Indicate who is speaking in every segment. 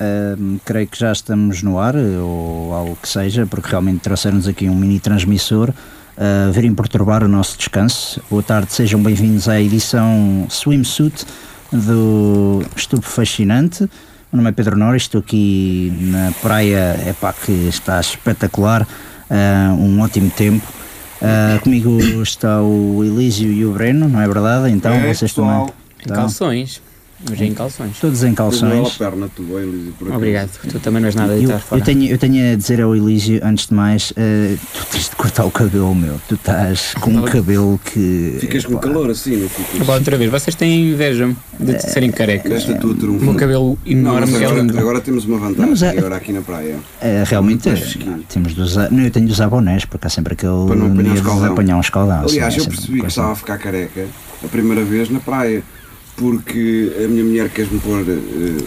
Speaker 1: Hum, creio que já estamos no ar, eh, ou algo que seja, porque realmente trouxeram-nos aqui um mini transmissor. Uh, virem perturbar o nosso descanso. Boa tarde, sejam bem-vindos à edição Swimsuit do Estupo Fascinante. O meu nome é Pedro Nora, estou aqui na praia, é pá, que está espetacular, uh, um ótimo tempo. Uh, comigo está o Elísio e o Breno, não é verdade? Então
Speaker 2: É,
Speaker 1: vocês
Speaker 2: pessoal.
Speaker 1: também.
Speaker 3: Em
Speaker 1: Então,
Speaker 3: calções. Hoje é em calções.
Speaker 1: todos em calções.
Speaker 2: Tudo bem à perna, tudo bem, Lísio, por acaso.
Speaker 3: Obrigado. Tu também não és nada
Speaker 1: Eu,
Speaker 3: de estar
Speaker 1: eu
Speaker 3: Ah, fora.
Speaker 1: tenho, eu tenho a dizer ao Elísio, antes de mais, eh, tu tens de cortar o cabelo, meu. Tu estás com um cabelo que.
Speaker 2: Ah, Ficas com
Speaker 1: epá,
Speaker 2: calor assim, não ficas?
Speaker 3: Epá, Outra vez, vocês têm inveja de serem carecas.
Speaker 2: Esta tua
Speaker 3: O meu
Speaker 2: trunfa.
Speaker 3: cabelo
Speaker 2: Não,
Speaker 3: enorme
Speaker 2: mas
Speaker 3: que é
Speaker 2: agora,
Speaker 3: lindo.
Speaker 2: agora temos uma vantagem,
Speaker 1: Não, mas é-
Speaker 2: agora aqui na praia.
Speaker 1: eh, realmente,
Speaker 2: Muito fresquinho.
Speaker 1: temos de usar. Não, eu tenho de usar bonés, porque há sempre aquele.
Speaker 2: Para não apanhar um
Speaker 1: medo de
Speaker 2: escaldão.
Speaker 1: apanhar um escaldão, sim, é
Speaker 2: Aliás, eu
Speaker 1: sempre
Speaker 2: percebi que
Speaker 1: coisa.
Speaker 2: estava a ficar careca a primeira vez na praia, porque a minha mulher quis-me pôr eh,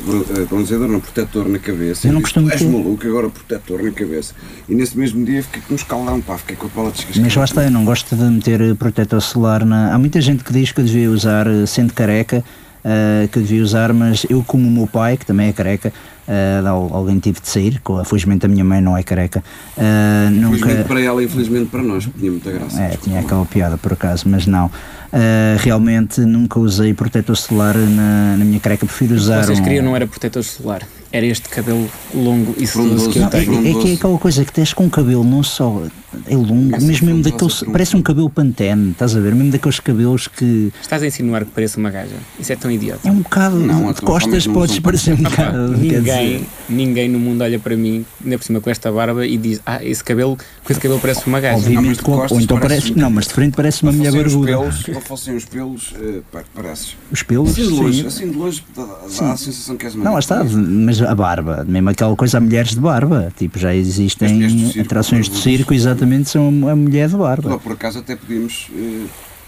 Speaker 2: bron- eh, bronzeador, não, protetor na cabeça.
Speaker 1: Eu
Speaker 2: E
Speaker 1: não
Speaker 2: disse,
Speaker 1: costumo
Speaker 2: "Tu És
Speaker 1: pôr."
Speaker 2: maluco, agora protetor na cabeça. E nesse mesmo dia fiquei com um escaldão, pá, fiquei com a pala descascada.
Speaker 1: Mas lá está, eu não gosto de meter eh, protetor solar na. Há muita gente que diz que eu devia usar, eh, sendo careca, eh, que eu devia usar, mas eu, como o meu pai, que também é careca, eh, de al- alguém tive de sair, com- felizmente a minha mãe não é careca, eh,
Speaker 2: Infelizmente
Speaker 1: nunca.
Speaker 2: para ela, infelizmente para nós, porque tinha muita graça.
Speaker 1: É,
Speaker 2: desculpa.
Speaker 1: tinha aquela piada por acaso, mas não. Ah, realmente nunca usei protetor solar na, na minha careca, prefiro usar.
Speaker 3: Vocês
Speaker 1: um...
Speaker 3: queriam não era protetor solar, era este cabelo longo e
Speaker 2: Frondoso.
Speaker 3: sedoso que eu
Speaker 1: É,
Speaker 2: Tem um
Speaker 3: tenho.
Speaker 1: é que é
Speaker 2: doce.
Speaker 1: aquela coisa que tens com o cabelo, não só é longo, mas
Speaker 2: Essa
Speaker 1: mesmo
Speaker 2: frondosa
Speaker 1: daquele.
Speaker 2: trunfa.
Speaker 1: Parece um cabelo pantene, estás a ver? Mesmo daqueles cabelos que.
Speaker 3: Estás a insinuar que pareço uma gaja. Isso é tão idiota.
Speaker 1: É um bocado.
Speaker 2: Não,
Speaker 1: de-
Speaker 2: a
Speaker 1: de
Speaker 2: tua
Speaker 1: costas
Speaker 2: realmente não
Speaker 1: podes
Speaker 2: são
Speaker 1: parecer um
Speaker 3: Opa,
Speaker 1: bocado. quer dizer,
Speaker 3: ninguém, ninguém no mundo olha para mim, ainda por cima com esta barba, e diz: Ah, esse cabelo, com esse cabelo parece uma gaja.
Speaker 2: Não, mas
Speaker 1: Obviamente,
Speaker 2: de
Speaker 1: com, ou
Speaker 2: costas
Speaker 1: então
Speaker 2: parece
Speaker 1: parece.
Speaker 2: um-
Speaker 1: Não, mas de frente parece uma
Speaker 2: Ou
Speaker 1: mulher
Speaker 2: fossem os
Speaker 1: barbuda.
Speaker 2: pelos, ou fossem os pelos, eh, pá, que pareces.
Speaker 1: Os pelos?
Speaker 2: Assim de
Speaker 1: sim.
Speaker 2: longe, assim de longe dá, dá
Speaker 1: Sim.
Speaker 2: a sensação que és uma
Speaker 1: Não, lá está, é mas a barba, mesmo aquela coisa, há mulheres de barba, tipo, já
Speaker 2: As
Speaker 1: existem
Speaker 2: mulheres do circo,
Speaker 1: atrações de
Speaker 2: barbudas.
Speaker 1: circo, exatamente, são a mulher de barba.
Speaker 2: Lá por acaso até podíamos eh,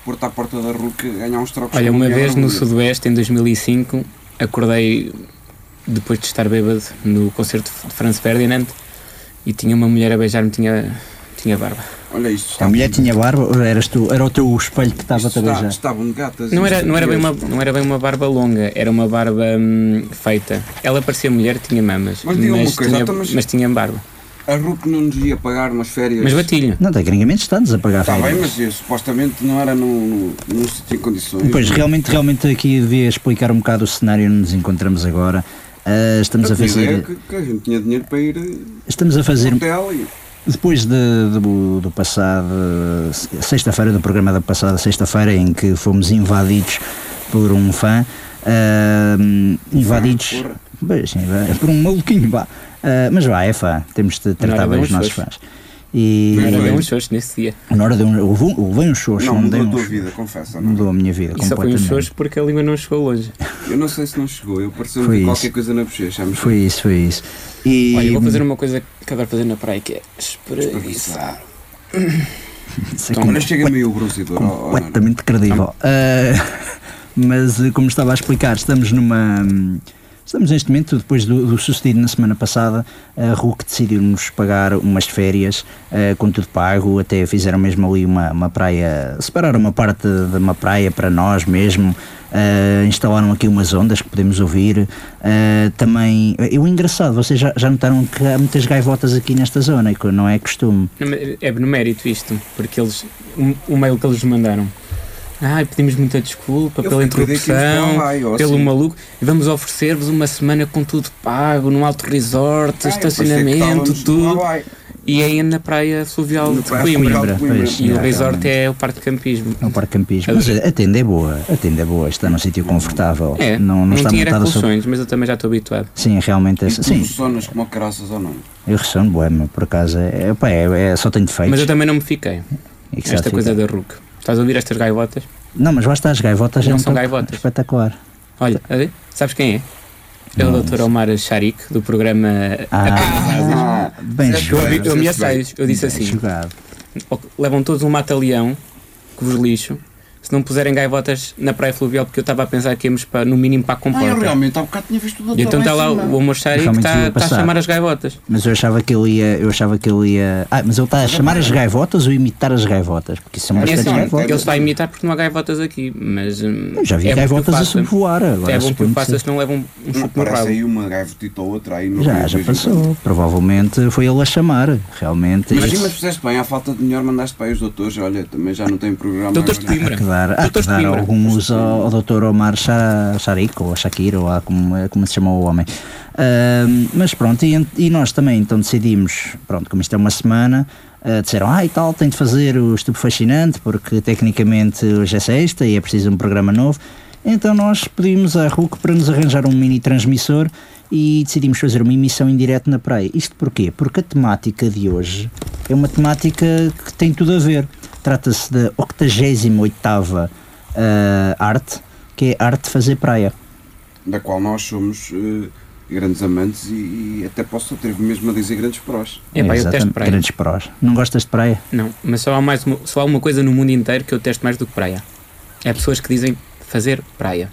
Speaker 2: pôr-te à porta da ruca ganhar uns trocos.
Speaker 3: Olha,
Speaker 2: com
Speaker 3: uma
Speaker 2: mulher
Speaker 3: vez no
Speaker 2: barbuda.
Speaker 3: Sudoeste, em 2005, acordei depois de estar bêbado no concerto de Franz Ferdinand e tinha uma mulher a beijar-me, tinha, tinha barba.
Speaker 2: Olha, isto está
Speaker 1: A mulher tinha barba, ou eras tu, era o teu espelho que estava a te
Speaker 2: isto
Speaker 1: beijar.
Speaker 2: está, um estavam gatas.
Speaker 3: Não era,
Speaker 2: isto
Speaker 3: não, era bem uma,
Speaker 2: mulheres.
Speaker 3: não era bem uma barba longa, era uma barba hum, feita. Ela parecia mulher, tinha mamas,
Speaker 2: Mas
Speaker 3: mas,
Speaker 2: diga-me uma coisa,
Speaker 3: tinha,
Speaker 2: então, mas-
Speaker 3: mas tinha barba.
Speaker 2: A ruca não nos ia pagar umas férias.
Speaker 3: Mas batilho.
Speaker 1: Não, tecnicamente está-nos a pagar
Speaker 2: Está
Speaker 1: férias.
Speaker 2: bem, mas eh, supostamente não era num, num sítio em condições.
Speaker 1: Pois, realmente, realmente aqui devia explicar um bocado o cenário onde nos encontramos agora. Ah, estamos
Speaker 2: A
Speaker 1: a
Speaker 2: ideia é
Speaker 1: fazer.
Speaker 2: que, que a gente tinha dinheiro para ir a
Speaker 1: Estamos a fazer um
Speaker 2: hotel e
Speaker 1: Depois de- do, do passado eh, sexta-feira, do programa da passada sexta-feira, em que fomos invadidos por um fã, ah, invadidos
Speaker 2: porra.
Speaker 1: pois, inva- por um maluquinho, vá. Ah, mas vá, é fã, temos de tratar
Speaker 3: Nora
Speaker 1: bem
Speaker 3: deu
Speaker 1: os
Speaker 3: uns
Speaker 1: nossos
Speaker 3: xoxos.
Speaker 1: fãs. E
Speaker 2: Pois
Speaker 3: Era
Speaker 2: foi.
Speaker 3: bem uns shows nesse dia.
Speaker 1: na hora de um, houve um- levei um xoxo,
Speaker 2: não mudou
Speaker 1: dei
Speaker 2: a
Speaker 1: um-
Speaker 2: tua vida, confessa. Não? é?
Speaker 1: Mudou a minha vida
Speaker 3: E só foi uns
Speaker 1: completamente.
Speaker 3: shows porque a língua não chegou longe.
Speaker 2: Eu não sei se não chegou, eu
Speaker 1: Foi
Speaker 2: pareceu-me qualquer
Speaker 1: isso.
Speaker 2: coisa na bochecha. mas-
Speaker 1: Foi isso, foi isso. E
Speaker 3: Olha, eu vou fazer uma coisa que adoro fazer na praia, que é espreguiçar.
Speaker 2: Espreguiçar.
Speaker 1: Isso é
Speaker 3: Então,
Speaker 1: com-
Speaker 2: Olha, chega-me aí o bronzeador. ó, ó, Nuno.
Speaker 1: completamente credível. Ah, mas eh, como estava a explicar, estamos numa. Estamos neste momento, depois do, do sucedido na semana passada, a RUC decidiu-nos pagar umas férias eh, com tudo pago, até fizeram mesmo ali uma, uma praia, separaram uma parte de uma praia para nós mesmo, eh, instalaram aqui umas ondas que podemos ouvir. eh, também, e o engraçado, vocês já, já notaram que há muitas gaivotas aqui nesta zona, que não é costume.
Speaker 3: Não, mas É no mérito isto, porque eles. O, o mail que eles mandaram. Ai, pedimos muita desculpa
Speaker 2: Eu
Speaker 3: pela
Speaker 2: fiquei doido que íamos para o
Speaker 3: interrupção,
Speaker 2: Havaí, um ó,
Speaker 3: pelo
Speaker 2: assim.
Speaker 3: maluco. Vamos oferecer-vos uma semana com tudo pago, num alto resort,
Speaker 1: é
Speaker 2: Ai,
Speaker 3: estacionamento,
Speaker 2: parecia que estávamos no
Speaker 3: tudo.
Speaker 2: Hawaii.
Speaker 3: E é aí na praia fluvial
Speaker 2: No
Speaker 3: de
Speaker 2: Praia
Speaker 3: Coimbra.
Speaker 2: Fluvial de
Speaker 1: Coimbra,
Speaker 2: Coimbra.
Speaker 1: pois.
Speaker 3: E o
Speaker 1: É,
Speaker 3: resort é o parque de campismo.
Speaker 1: Não para campismo. um Mas a tenda é boa, a tenda é boa, está num sítio confortável.
Speaker 3: É,
Speaker 1: não, não, está
Speaker 3: tinha era
Speaker 1: montada sobre.
Speaker 3: colchões, mas eu também já estou habituado.
Speaker 1: Sim, realmente é.
Speaker 2: E tu
Speaker 1: Sim,
Speaker 2: sonas como caraças ou não?
Speaker 1: eu ressono boema, por acaso. É, pá, é, é- só tenho defeitos.
Speaker 3: Mas eu também não me fiquei.
Speaker 1: É que se
Speaker 3: Esta
Speaker 1: fica.
Speaker 3: coisa da RUC. Estás a ouvir estas gaivotas?
Speaker 1: Não, mas lá está, as gaivotas
Speaker 3: Não
Speaker 1: é um
Speaker 3: são
Speaker 1: toque
Speaker 3: gaivotas.
Speaker 1: Espetacular.
Speaker 3: Olha, a ver? sabes quem é? É
Speaker 1: Tá. Não,
Speaker 3: o Dr. Omar Sharik, do programa Apenas Asas.
Speaker 1: Ah, bem
Speaker 2: disseste
Speaker 1: jogado.
Speaker 2: bem,
Speaker 3: é Eu
Speaker 2: disseste é
Speaker 3: ameacei-os, eu disse
Speaker 1: Bem
Speaker 3: assim:
Speaker 1: jogado.
Speaker 3: "Ok, levam todos um mata-leão que vos lixo, se não puserem gaivotas na praia fluvial, porque eu estava a pensar que íamos para, no mínimo para a
Speaker 2: Ah,
Speaker 3: comporta.
Speaker 2: eu realmente há bocado tinha visto o doutor
Speaker 3: e então
Speaker 2: lá
Speaker 3: está
Speaker 2: em
Speaker 3: lá
Speaker 2: cima.
Speaker 3: o almoçar que
Speaker 1: Realmente
Speaker 3: está
Speaker 1: ia
Speaker 3: está tá a
Speaker 1: passar.
Speaker 3: chamar as gaivotas.
Speaker 1: Mas eu achava que ele ia. Eu achava que ele ia. Ah, mas ele está a chamar as gaivotas ou imitar as gaivotas? Porque isso são
Speaker 2: É
Speaker 3: E
Speaker 1: bastantes
Speaker 3: assim,
Speaker 2: gaivotas.
Speaker 3: ele
Speaker 1: gaivotas.
Speaker 3: está a imitar porque não há gaivotas aqui, mas. hum,
Speaker 1: Eu já vi
Speaker 3: é bom que
Speaker 1: gaivotas
Speaker 3: faça.
Speaker 1: a sobrevoar. Agora
Speaker 3: É bom que
Speaker 1: suponho
Speaker 3: o
Speaker 1: que
Speaker 3: faça,
Speaker 1: sim.
Speaker 3: senão leva um, um
Speaker 2: Não,
Speaker 3: chute no
Speaker 2: Aparece
Speaker 3: rabo.
Speaker 2: aí uma gaivotita ou outra aí no
Speaker 1: Já,
Speaker 2: rio, é.
Speaker 1: já
Speaker 2: vejo.
Speaker 1: passou. Provavelmente foi ele a chamar. Realmente.
Speaker 2: Mas sim,
Speaker 1: isso-
Speaker 2: mas fizeste bem, à falta de melhor mandaste para aí os doutores, olha, também já não tem programa.
Speaker 3: Doutores de
Speaker 1: Há
Speaker 2: agora.
Speaker 1: que dar, há
Speaker 3: Doutor
Speaker 1: que dar
Speaker 3: Coimbra.
Speaker 1: algum uso ao, ao Dr. Omar Sha- Sharik, ou a Shakir, ou a, como, é- como se chama o homem. Ahm, mas pronto, e, ent- e nós também então decidimos, pronto, como isto é uma semana, ah, disseram, ah e tal, tem de fazer o Estupo Fascinante, porque tecnicamente hoje é sexta e é preciso um programa novo. Então nós pedimos à RUC para nos arranjar um mini transmissor e decidimos fazer uma emissão em direto na praia. Isto porquê? Porque a temática de hoje é uma temática que tem tudo a ver. Trata-se da 88ª ah, arte, que é a arte de fazer praia.
Speaker 2: Da qual nós somos eh, grandes amantes e, e até posso atrever mesmo a dizer grandes prós.
Speaker 3: É pá, eu
Speaker 1: Exatamente,
Speaker 3: testo praia.
Speaker 1: Grandes prós. Não gostas de praia?
Speaker 3: Não, mas só há, mais uma, só há uma coisa no mundo inteiro que eu testo mais do que praia. É pessoas que dizem fazer praia.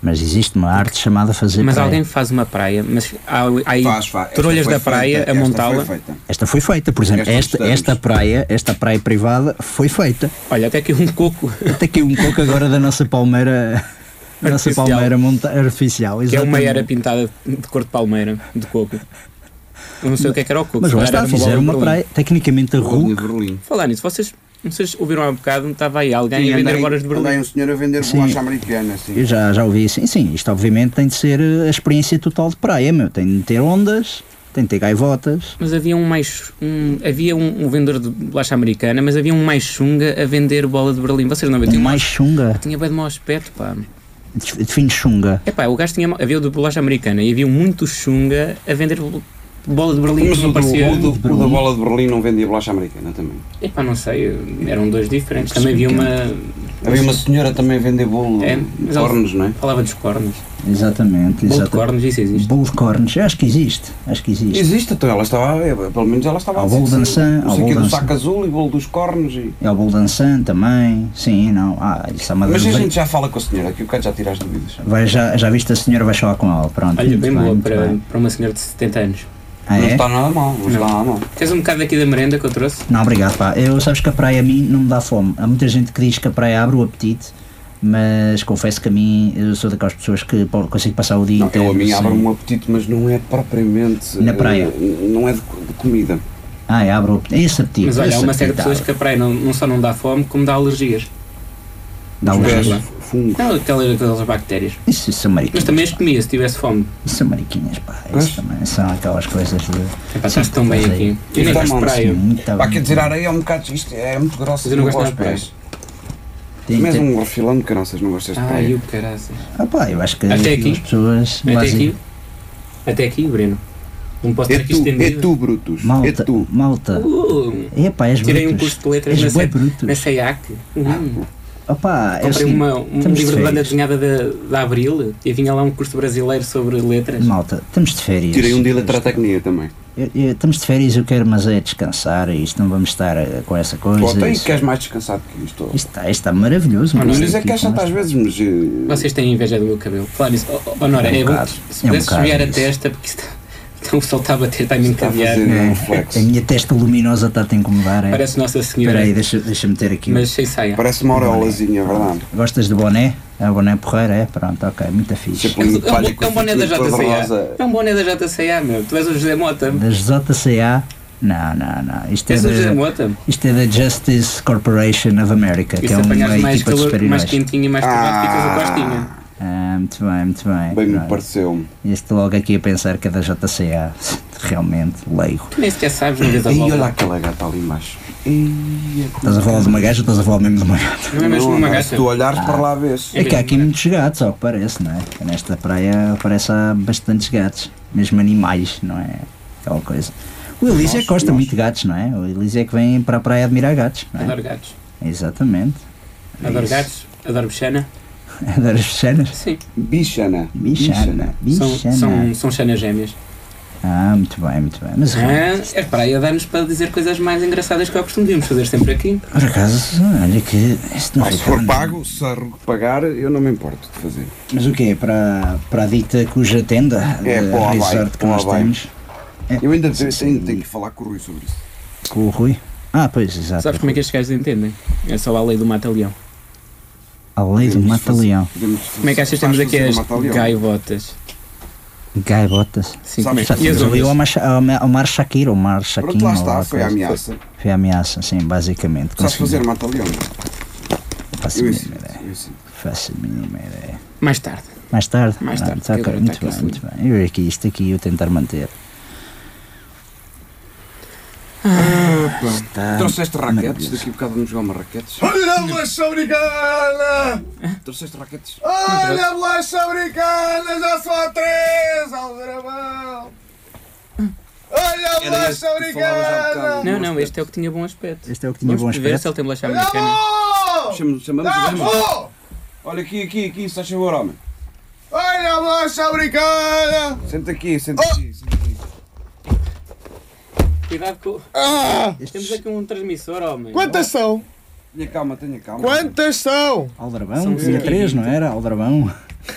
Speaker 1: Mas existe uma arte chamada fazer
Speaker 3: mas
Speaker 1: praia.
Speaker 3: alguém faz uma praia, mas há, há aí
Speaker 2: Faz, faz. Esta
Speaker 3: trolhas
Speaker 2: foi
Speaker 3: da praia
Speaker 2: feita,
Speaker 3: a
Speaker 2: esta
Speaker 3: montá-la.
Speaker 2: foi feita.
Speaker 1: Esta foi feita, por exemplo,
Speaker 2: Esta
Speaker 1: esta,
Speaker 2: estamos.
Speaker 1: esta praia, esta praia privada foi feita.
Speaker 3: Olha, até aqui um coco,
Speaker 1: Até aqui um pouco agora da nossa palmeira, da nossa
Speaker 3: Artificial.
Speaker 1: palmeira monta artificial.
Speaker 3: que é uma
Speaker 1: exatamente.
Speaker 3: era pintada de cor de palmeira, de coco. Eu não sei o que é que era o coco.
Speaker 1: Mas
Speaker 3: se
Speaker 1: lá
Speaker 3: calhar
Speaker 1: está,
Speaker 3: era bola
Speaker 1: fizeram
Speaker 3: de
Speaker 1: uma
Speaker 3: Berlim.
Speaker 1: praia. Tecnicamente a
Speaker 2: Bolinha
Speaker 1: RUC.
Speaker 2: de Berlim.
Speaker 3: Falar nisso, vocês, vocês ouviram há um bocado, estava aí alguém
Speaker 2: Sim,
Speaker 3: a vender
Speaker 2: andei-
Speaker 3: agora de
Speaker 2: andei
Speaker 3: Berlim.
Speaker 2: um senhor a vender
Speaker 1: Sim.
Speaker 2: bolacha americana, assim.
Speaker 1: Eu já, já ouvi assim. Sim, isto obviamente tem de ser eh, a experiência total de praia, meu. Tem de ter ondas, tem de ter gaivotas.
Speaker 3: Mas havia um mais. Um, havia um, um vendedor de bolacha americana, mas havia um mais chunga a vender bola de Berlim. Vocês não vendiam
Speaker 1: Um mais chunga.
Speaker 3: Tinha bem de mau aspecto, pá.
Speaker 1: De- Define chunga.
Speaker 3: Epá, o gajo tinha. Havia o de bolacha americana e havia muito chunga a vender bo- bola de Berlim
Speaker 2: Mas
Speaker 3: que
Speaker 2: o,
Speaker 3: não
Speaker 2: do,
Speaker 3: parecia.
Speaker 2: o, do, o da bola de Berlim não vendia bolacha americana também.
Speaker 3: Epá, não sei, eram dois diferentes. Também havia uma.
Speaker 2: Havia uma senhora também a vender bolo
Speaker 3: É,
Speaker 2: de
Speaker 3: mas ela-
Speaker 2: cornos, não é?
Speaker 3: Falava dos cornos.
Speaker 1: Exatamente,
Speaker 3: Bolo de
Speaker 1: exatamente.
Speaker 3: cornos, isso existe.
Speaker 1: Bolo de cornos. Eu acho que existe. Acho que existe.
Speaker 2: Existe, então ela estava, eu- pelo menos ela estava
Speaker 1: Há
Speaker 2: a dizer
Speaker 1: bolo
Speaker 2: que sim.
Speaker 1: dançã,
Speaker 2: Não
Speaker 1: há
Speaker 2: sei o
Speaker 1: bolo
Speaker 2: quê do
Speaker 1: dançã.
Speaker 2: saco azul e bolo dos cornos e...
Speaker 1: É o bolo dançante também. Sim, não. Ah, isso é uma
Speaker 2: Mas a
Speaker 1: vai-
Speaker 2: gente já fala com a senhora, que o bocado já tira as dúvidas.
Speaker 1: vai, já, já viste a senhora, vais falar com ela. Pronto.
Speaker 3: Olha,
Speaker 1: muito
Speaker 3: bem boa
Speaker 1: muito
Speaker 3: para,
Speaker 1: bem.
Speaker 3: para uma senhora de 70 anos.
Speaker 1: Ah,
Speaker 2: Não
Speaker 1: é?
Speaker 2: está nada mal, não está nada mal.
Speaker 3: Tens um bocado daqui da merenda que eu trouxe?
Speaker 1: Não, obrigado, pá. Eu sabes que a praia a mim não me dá fome. Há muita gente que diz que a praia abre o apetite, mas confesso que a mim eu sou daquelas pessoas que pô, consigo passar o dia
Speaker 2: Não,
Speaker 1: inteiro. assim.
Speaker 2: eu a mim
Speaker 1: sem-
Speaker 2: abre um apetite, mas não é propriamente.
Speaker 1: é, Na praia.
Speaker 2: eh, Não é de, co- de comida.
Speaker 1: Ah, é, abre o apetite. Esse apetite.
Speaker 3: Mas olha,
Speaker 1: esse
Speaker 3: há uma série de
Speaker 1: apetite
Speaker 3: pessoas
Speaker 1: abre.
Speaker 3: que a praia não, não só não dá fome, como dá alergias.
Speaker 1: Dá
Speaker 2: Os
Speaker 1: um
Speaker 2: pés,
Speaker 1: jeito.
Speaker 2: fungo.
Speaker 3: Não, aquelas, aquelas bactérias.
Speaker 1: Isso, isso são
Speaker 3: Mas
Speaker 1: mariquinhas.
Speaker 3: também as comia se tivesse fome.
Speaker 1: Isso são mariquinhas, pá.
Speaker 2: Pois.
Speaker 1: Isso também são aquelas coisas de. Sim,
Speaker 3: Epá, estás tão bem
Speaker 1: mas
Speaker 3: aqui.
Speaker 1: aí-
Speaker 3: Eu nem
Speaker 2: é. Está
Speaker 3: gosto de
Speaker 2: mal,
Speaker 3: praia.
Speaker 1: Muito
Speaker 2: Pá,
Speaker 1: bem.
Speaker 2: quer dizer, a areia é um bocado. Isto é muito grossa.
Speaker 3: Mas eu não gosto
Speaker 2: aos
Speaker 3: nada de
Speaker 2: pés.
Speaker 1: Tem-
Speaker 2: Mas
Speaker 1: tem-
Speaker 2: um refilão de caraças, não gostas de
Speaker 3: Ai,
Speaker 2: praia.
Speaker 3: o caraças.
Speaker 1: Ah, pá, eu acho que
Speaker 3: Até
Speaker 1: as
Speaker 3: aqui?
Speaker 1: pessoas.
Speaker 3: Até
Speaker 1: basicamente-
Speaker 3: aqui? Até aqui, Breno. Não posso
Speaker 2: É
Speaker 3: ter aqui
Speaker 2: tu, é
Speaker 3: estendido.
Speaker 2: tu, Brutus. É
Speaker 1: Malta,
Speaker 2: tu.
Speaker 1: malta.
Speaker 3: Uh,
Speaker 1: Epá, és
Speaker 3: tirei um
Speaker 1: brutos.
Speaker 3: curso de letras
Speaker 1: És
Speaker 3: na,
Speaker 1: bué
Speaker 3: se,
Speaker 1: brutos.
Speaker 3: na SEAC. Hum.
Speaker 1: Opá, Ah, é
Speaker 3: Comprei
Speaker 1: assim,
Speaker 3: uma, um
Speaker 1: estamos de
Speaker 3: livro de banda
Speaker 1: férias.
Speaker 3: desenhada da, da Abril e vinha lá um curso brasileiro sobre letras.
Speaker 1: Malta, estamos de férias.
Speaker 2: Tirei um de eletrotecnia também.
Speaker 1: Eu- eu- Estamos de férias, eu quero, mas é descansar. Isto não vamos estar eh, com essa coisa.
Speaker 2: Tu até
Speaker 1: isso-
Speaker 2: queres mais descansado que isto. ó.
Speaker 1: Isto tipo está, isto está maravilhoso.
Speaker 3: Olha,
Speaker 1: mas
Speaker 2: Não
Speaker 3: isto
Speaker 2: lhes é
Speaker 1: aqui
Speaker 2: que acha
Speaker 1: com
Speaker 3: tá
Speaker 2: às vezes, mas. eh,
Speaker 3: Vocês têm inveja do meu cabelo. Claro, isso. Oh, oh, Honora,
Speaker 1: É um
Speaker 3: é, bom
Speaker 1: bocado.
Speaker 3: que
Speaker 1: É
Speaker 3: se
Speaker 1: um
Speaker 3: pudesse
Speaker 1: bocado
Speaker 3: desviar a
Speaker 1: isso.
Speaker 3: testa, porque está, então o sol está a bater, está a me
Speaker 2: Está a
Speaker 3: encadear.
Speaker 2: fazer-
Speaker 1: É,
Speaker 2: Reflexo.
Speaker 1: a minha testa luminosa está a te incomodar. é?
Speaker 3: Parece Nossa
Speaker 1: Espera
Speaker 3: Senhora,
Speaker 1: aí, deixa- deixa-me ter aqui. um
Speaker 3: mas sem saia.
Speaker 2: Parece uma aureolazinha, é verdade.
Speaker 1: Gostas de boné? É boné porreiro, é? Pronto, ok, muito fixe.
Speaker 2: Tipo, um palha com
Speaker 3: É um boné da
Speaker 2: cor de
Speaker 3: JCA.
Speaker 2: rosa.
Speaker 3: É um boné da JCA, meu. Tu és o José Mota.
Speaker 1: Da JCA? Não, não, não. Isto é,
Speaker 3: És o José
Speaker 1: da,
Speaker 3: Mota.
Speaker 1: isto é da Justice Corporation of America,
Speaker 3: E
Speaker 1: que
Speaker 3: se
Speaker 1: é uma
Speaker 3: apanhares mais
Speaker 1: equipa de
Speaker 3: calor, mais
Speaker 1: super-heróis.
Speaker 3: quentinho e mais
Speaker 2: Ah.
Speaker 3: torrado, ficas a costinha.
Speaker 1: Ah, muito bem, muito bem.
Speaker 2: Bem me
Speaker 1: Pronto.
Speaker 2: pareceu-me.
Speaker 1: Este logo aqui a pensar que é da JCA. Realmente, leigo.
Speaker 3: Tu nem sequer sabes, não vês a
Speaker 2: E olha
Speaker 3: bola.
Speaker 2: aquela gata ali embaixo. Ei, é
Speaker 1: Estás a falar de uma gaja ou estás a falar mesmo de uma gata?
Speaker 3: Não é mesmo uma
Speaker 2: mas
Speaker 3: gacha.
Speaker 2: se tu olhares para lá vês.
Speaker 1: É que há aqui muitos gatos, ao que parece, não é? Nesta praia parece há bastantes gatos, mesmo animais, não é? Aquela coisa. O Elise é
Speaker 2: Nós-
Speaker 1: que gosta
Speaker 2: nós.
Speaker 1: muito de gatos, não é? O Elise é que vem para a praia admirar gatos, não é?
Speaker 3: Adoro gatos.
Speaker 1: Exatamente.
Speaker 3: Adoro
Speaker 1: Isso.
Speaker 3: gatos. Adoro bichana.
Speaker 1: Adoro as cenas.
Speaker 3: Sim.
Speaker 2: Bichana.
Speaker 1: Bichana.
Speaker 3: São,
Speaker 1: Bichana.
Speaker 3: são, são chanas gêmeas.
Speaker 1: né? Ah, muito bem, muito bem. Mas
Speaker 3: Ah, é praia dá-nos para dizer coisas mais engraçadas que eu costumo devíamos fazer sempre aqui.
Speaker 1: por acaso, olha que isto não é.
Speaker 2: Ah, se
Speaker 1: fica
Speaker 2: for
Speaker 1: nada.
Speaker 2: pago, se há que pagar, eu não me importo de fazer.
Speaker 1: Mas o quê? Para, para a dita cuja tenda
Speaker 2: É,
Speaker 1: de
Speaker 2: para o Havaí,
Speaker 1: resort que
Speaker 2: para o
Speaker 1: nós
Speaker 2: Havaí.
Speaker 1: temos É.
Speaker 2: Eu ainda tenho, tenho- tenho que falar com o Rui sobre isso.
Speaker 1: com o Rui. Ah, pois, exato.
Speaker 3: Sabes como é que estes gajos entendem? É só a lei do mata-leão.
Speaker 1: A lei do
Speaker 2: Podemos fazer-
Speaker 1: mata-leão.
Speaker 2: podemos
Speaker 3: Como é que achas que
Speaker 2: faz
Speaker 3: temos aqui
Speaker 2: fazer
Speaker 3: as
Speaker 2: um mata-leão?
Speaker 3: gaivotas?
Speaker 1: Gaivotas.
Speaker 3: Sim,
Speaker 2: Sabes-
Speaker 3: como é
Speaker 1: Já
Speaker 3: que- e as
Speaker 1: temos ali o
Speaker 3: ondas?
Speaker 1: Omar, Sha- o Omar Shakir, o Omar Shaquim.
Speaker 2: Pronto, lá
Speaker 1: ou
Speaker 2: está,
Speaker 1: lá
Speaker 2: foi a
Speaker 1: coisa.
Speaker 2: ameaça.
Speaker 1: Foi a ameaça, sim, basicamente.
Speaker 2: Sabes fazer
Speaker 1: Consegui-
Speaker 2: mata-leão? é?
Speaker 1: Faço a
Speaker 2: Eu
Speaker 4: é
Speaker 1: mínima
Speaker 2: ensino.
Speaker 1: ideia.
Speaker 2: eu ensino.
Speaker 1: Faço a mínima ideia.
Speaker 3: Mais tarde.
Speaker 1: Mais tarde?
Speaker 3: Mais tarde,
Speaker 1: Pronto, ok,
Speaker 3: que agora
Speaker 1: muito
Speaker 3: está
Speaker 1: bem,
Speaker 3: aqui
Speaker 1: muito bem. Eu aqui, isto aqui, eu tentar manter.
Speaker 2: Ah, pá.
Speaker 1: Está
Speaker 2: Trouxeste raquetes?
Speaker 1: maravilhoso.
Speaker 2: Daqui a bocado vamos jogar uma raquetes.
Speaker 4: Olha a bolacha americana!
Speaker 2: Trouxeste raquetes?
Speaker 4: Olha a bolacha americana! Já só há três, Aldrabão! Olha a
Speaker 2: Era esse que
Speaker 4: bolacha
Speaker 2: falavas há bocado.
Speaker 4: americana!
Speaker 3: Não, não, este é o que é tinha bom aspecto.
Speaker 1: Este é o que tinha
Speaker 3: Vamos
Speaker 1: bom
Speaker 3: ver se
Speaker 1: aspecto.
Speaker 3: ele tem bolacha americana.
Speaker 4: Bravo!
Speaker 2: Chamamos, chamamos, chamamos.
Speaker 4: Bravo!
Speaker 2: Olha aqui, aqui, aqui, se faz favor, homem.
Speaker 4: Olha a bolacha americana!
Speaker 2: Senta aqui, senta
Speaker 4: Oh!
Speaker 2: aqui. senta aqui.
Speaker 3: Cuidado com.
Speaker 4: Ah!
Speaker 3: Temos aqui um transmissor, homem.
Speaker 4: Quantas são?
Speaker 2: Tenha calma, tenha calma.
Speaker 4: Quantas são?
Speaker 1: Aldrabão,
Speaker 3: São
Speaker 1: tinha
Speaker 3: cinco e
Speaker 1: três, não
Speaker 3: vinte.
Speaker 1: era? Aldrabão.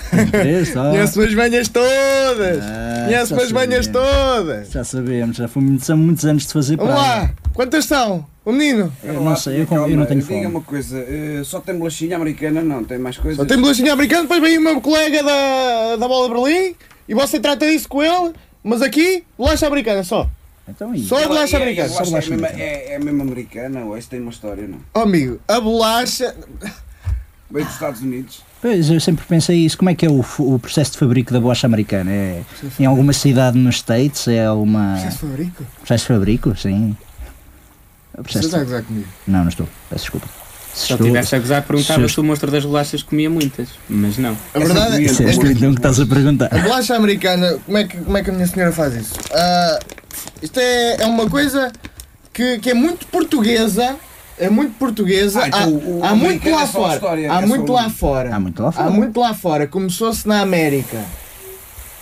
Speaker 1: Tinha três só.
Speaker 4: Conheço as manhas todas!
Speaker 1: Ah,
Speaker 4: Conheço
Speaker 1: já
Speaker 4: as manhas
Speaker 1: sabemos.
Speaker 4: todas!
Speaker 1: Já sabemos, já foi muito- são muitos anos de fazer
Speaker 4: Vamos
Speaker 1: praia.
Speaker 4: lá! Quantas são? O menino?
Speaker 2: Olha
Speaker 1: Eu
Speaker 2: lá,
Speaker 1: não sei, eu, com-
Speaker 2: tenha
Speaker 1: eu não
Speaker 2: calma.
Speaker 1: tenho
Speaker 2: Diga
Speaker 1: fome.
Speaker 2: uma coisa, eh, só tem bolachinha americana? Não, tem mais coisas?
Speaker 4: Só tem bolachinha americana, depois vem o meu colega da, da Bola Berlim e você trata disso com ele, mas aqui, bolacha americana só.
Speaker 1: Então, e-
Speaker 4: Só a bolacha
Speaker 2: É, é,
Speaker 4: americana.
Speaker 2: eu
Speaker 1: Só
Speaker 2: acho que
Speaker 1: bolacha
Speaker 2: é mesmo-
Speaker 1: americana.
Speaker 2: É, é mesmo americana, ou esta tem uma história, não?
Speaker 4: Oh, amigo, a bolacha.
Speaker 2: Veio dos Estados Unidos.
Speaker 1: Pois, eu sempre pensei isso. Como é que é o, f- o processo de fabrico da bolacha americana? É em alguma cidade nos States? É alguma.
Speaker 4: Já se foi rico?
Speaker 1: Processo de fabrico? Sim. É O
Speaker 4: Você
Speaker 1: processo
Speaker 4: está a
Speaker 1: de...
Speaker 4: gozar comigo?
Speaker 1: Não, não estou. Peço desculpa.
Speaker 3: Se
Speaker 1: Se
Speaker 3: eu
Speaker 1: estou.
Speaker 3: tivesse a gozar, perguntava
Speaker 1: Justo.
Speaker 3: se o monstro das bolachas comia muitas. Mas não.
Speaker 4: A
Speaker 2: Essa
Speaker 4: verdade
Speaker 2: comida.
Speaker 1: Se és tu
Speaker 4: é.
Speaker 1: então que estás a
Speaker 4: A
Speaker 1: perguntar.
Speaker 4: bolacha americana, como é que, como é que a minha senhora faz isso? Ah, isto é, é uma coisa que, que é muito portuguesa. É muito portuguesa.
Speaker 2: Ah, então
Speaker 4: há,
Speaker 2: o- o
Speaker 4: há muito
Speaker 2: americano é
Speaker 4: lá
Speaker 2: só a
Speaker 4: fora.
Speaker 2: história,
Speaker 4: há
Speaker 2: é
Speaker 4: muito
Speaker 2: só o-
Speaker 4: lá fora.
Speaker 1: Há muito lá fora.
Speaker 4: Há muito lá fora. Começou-se na América.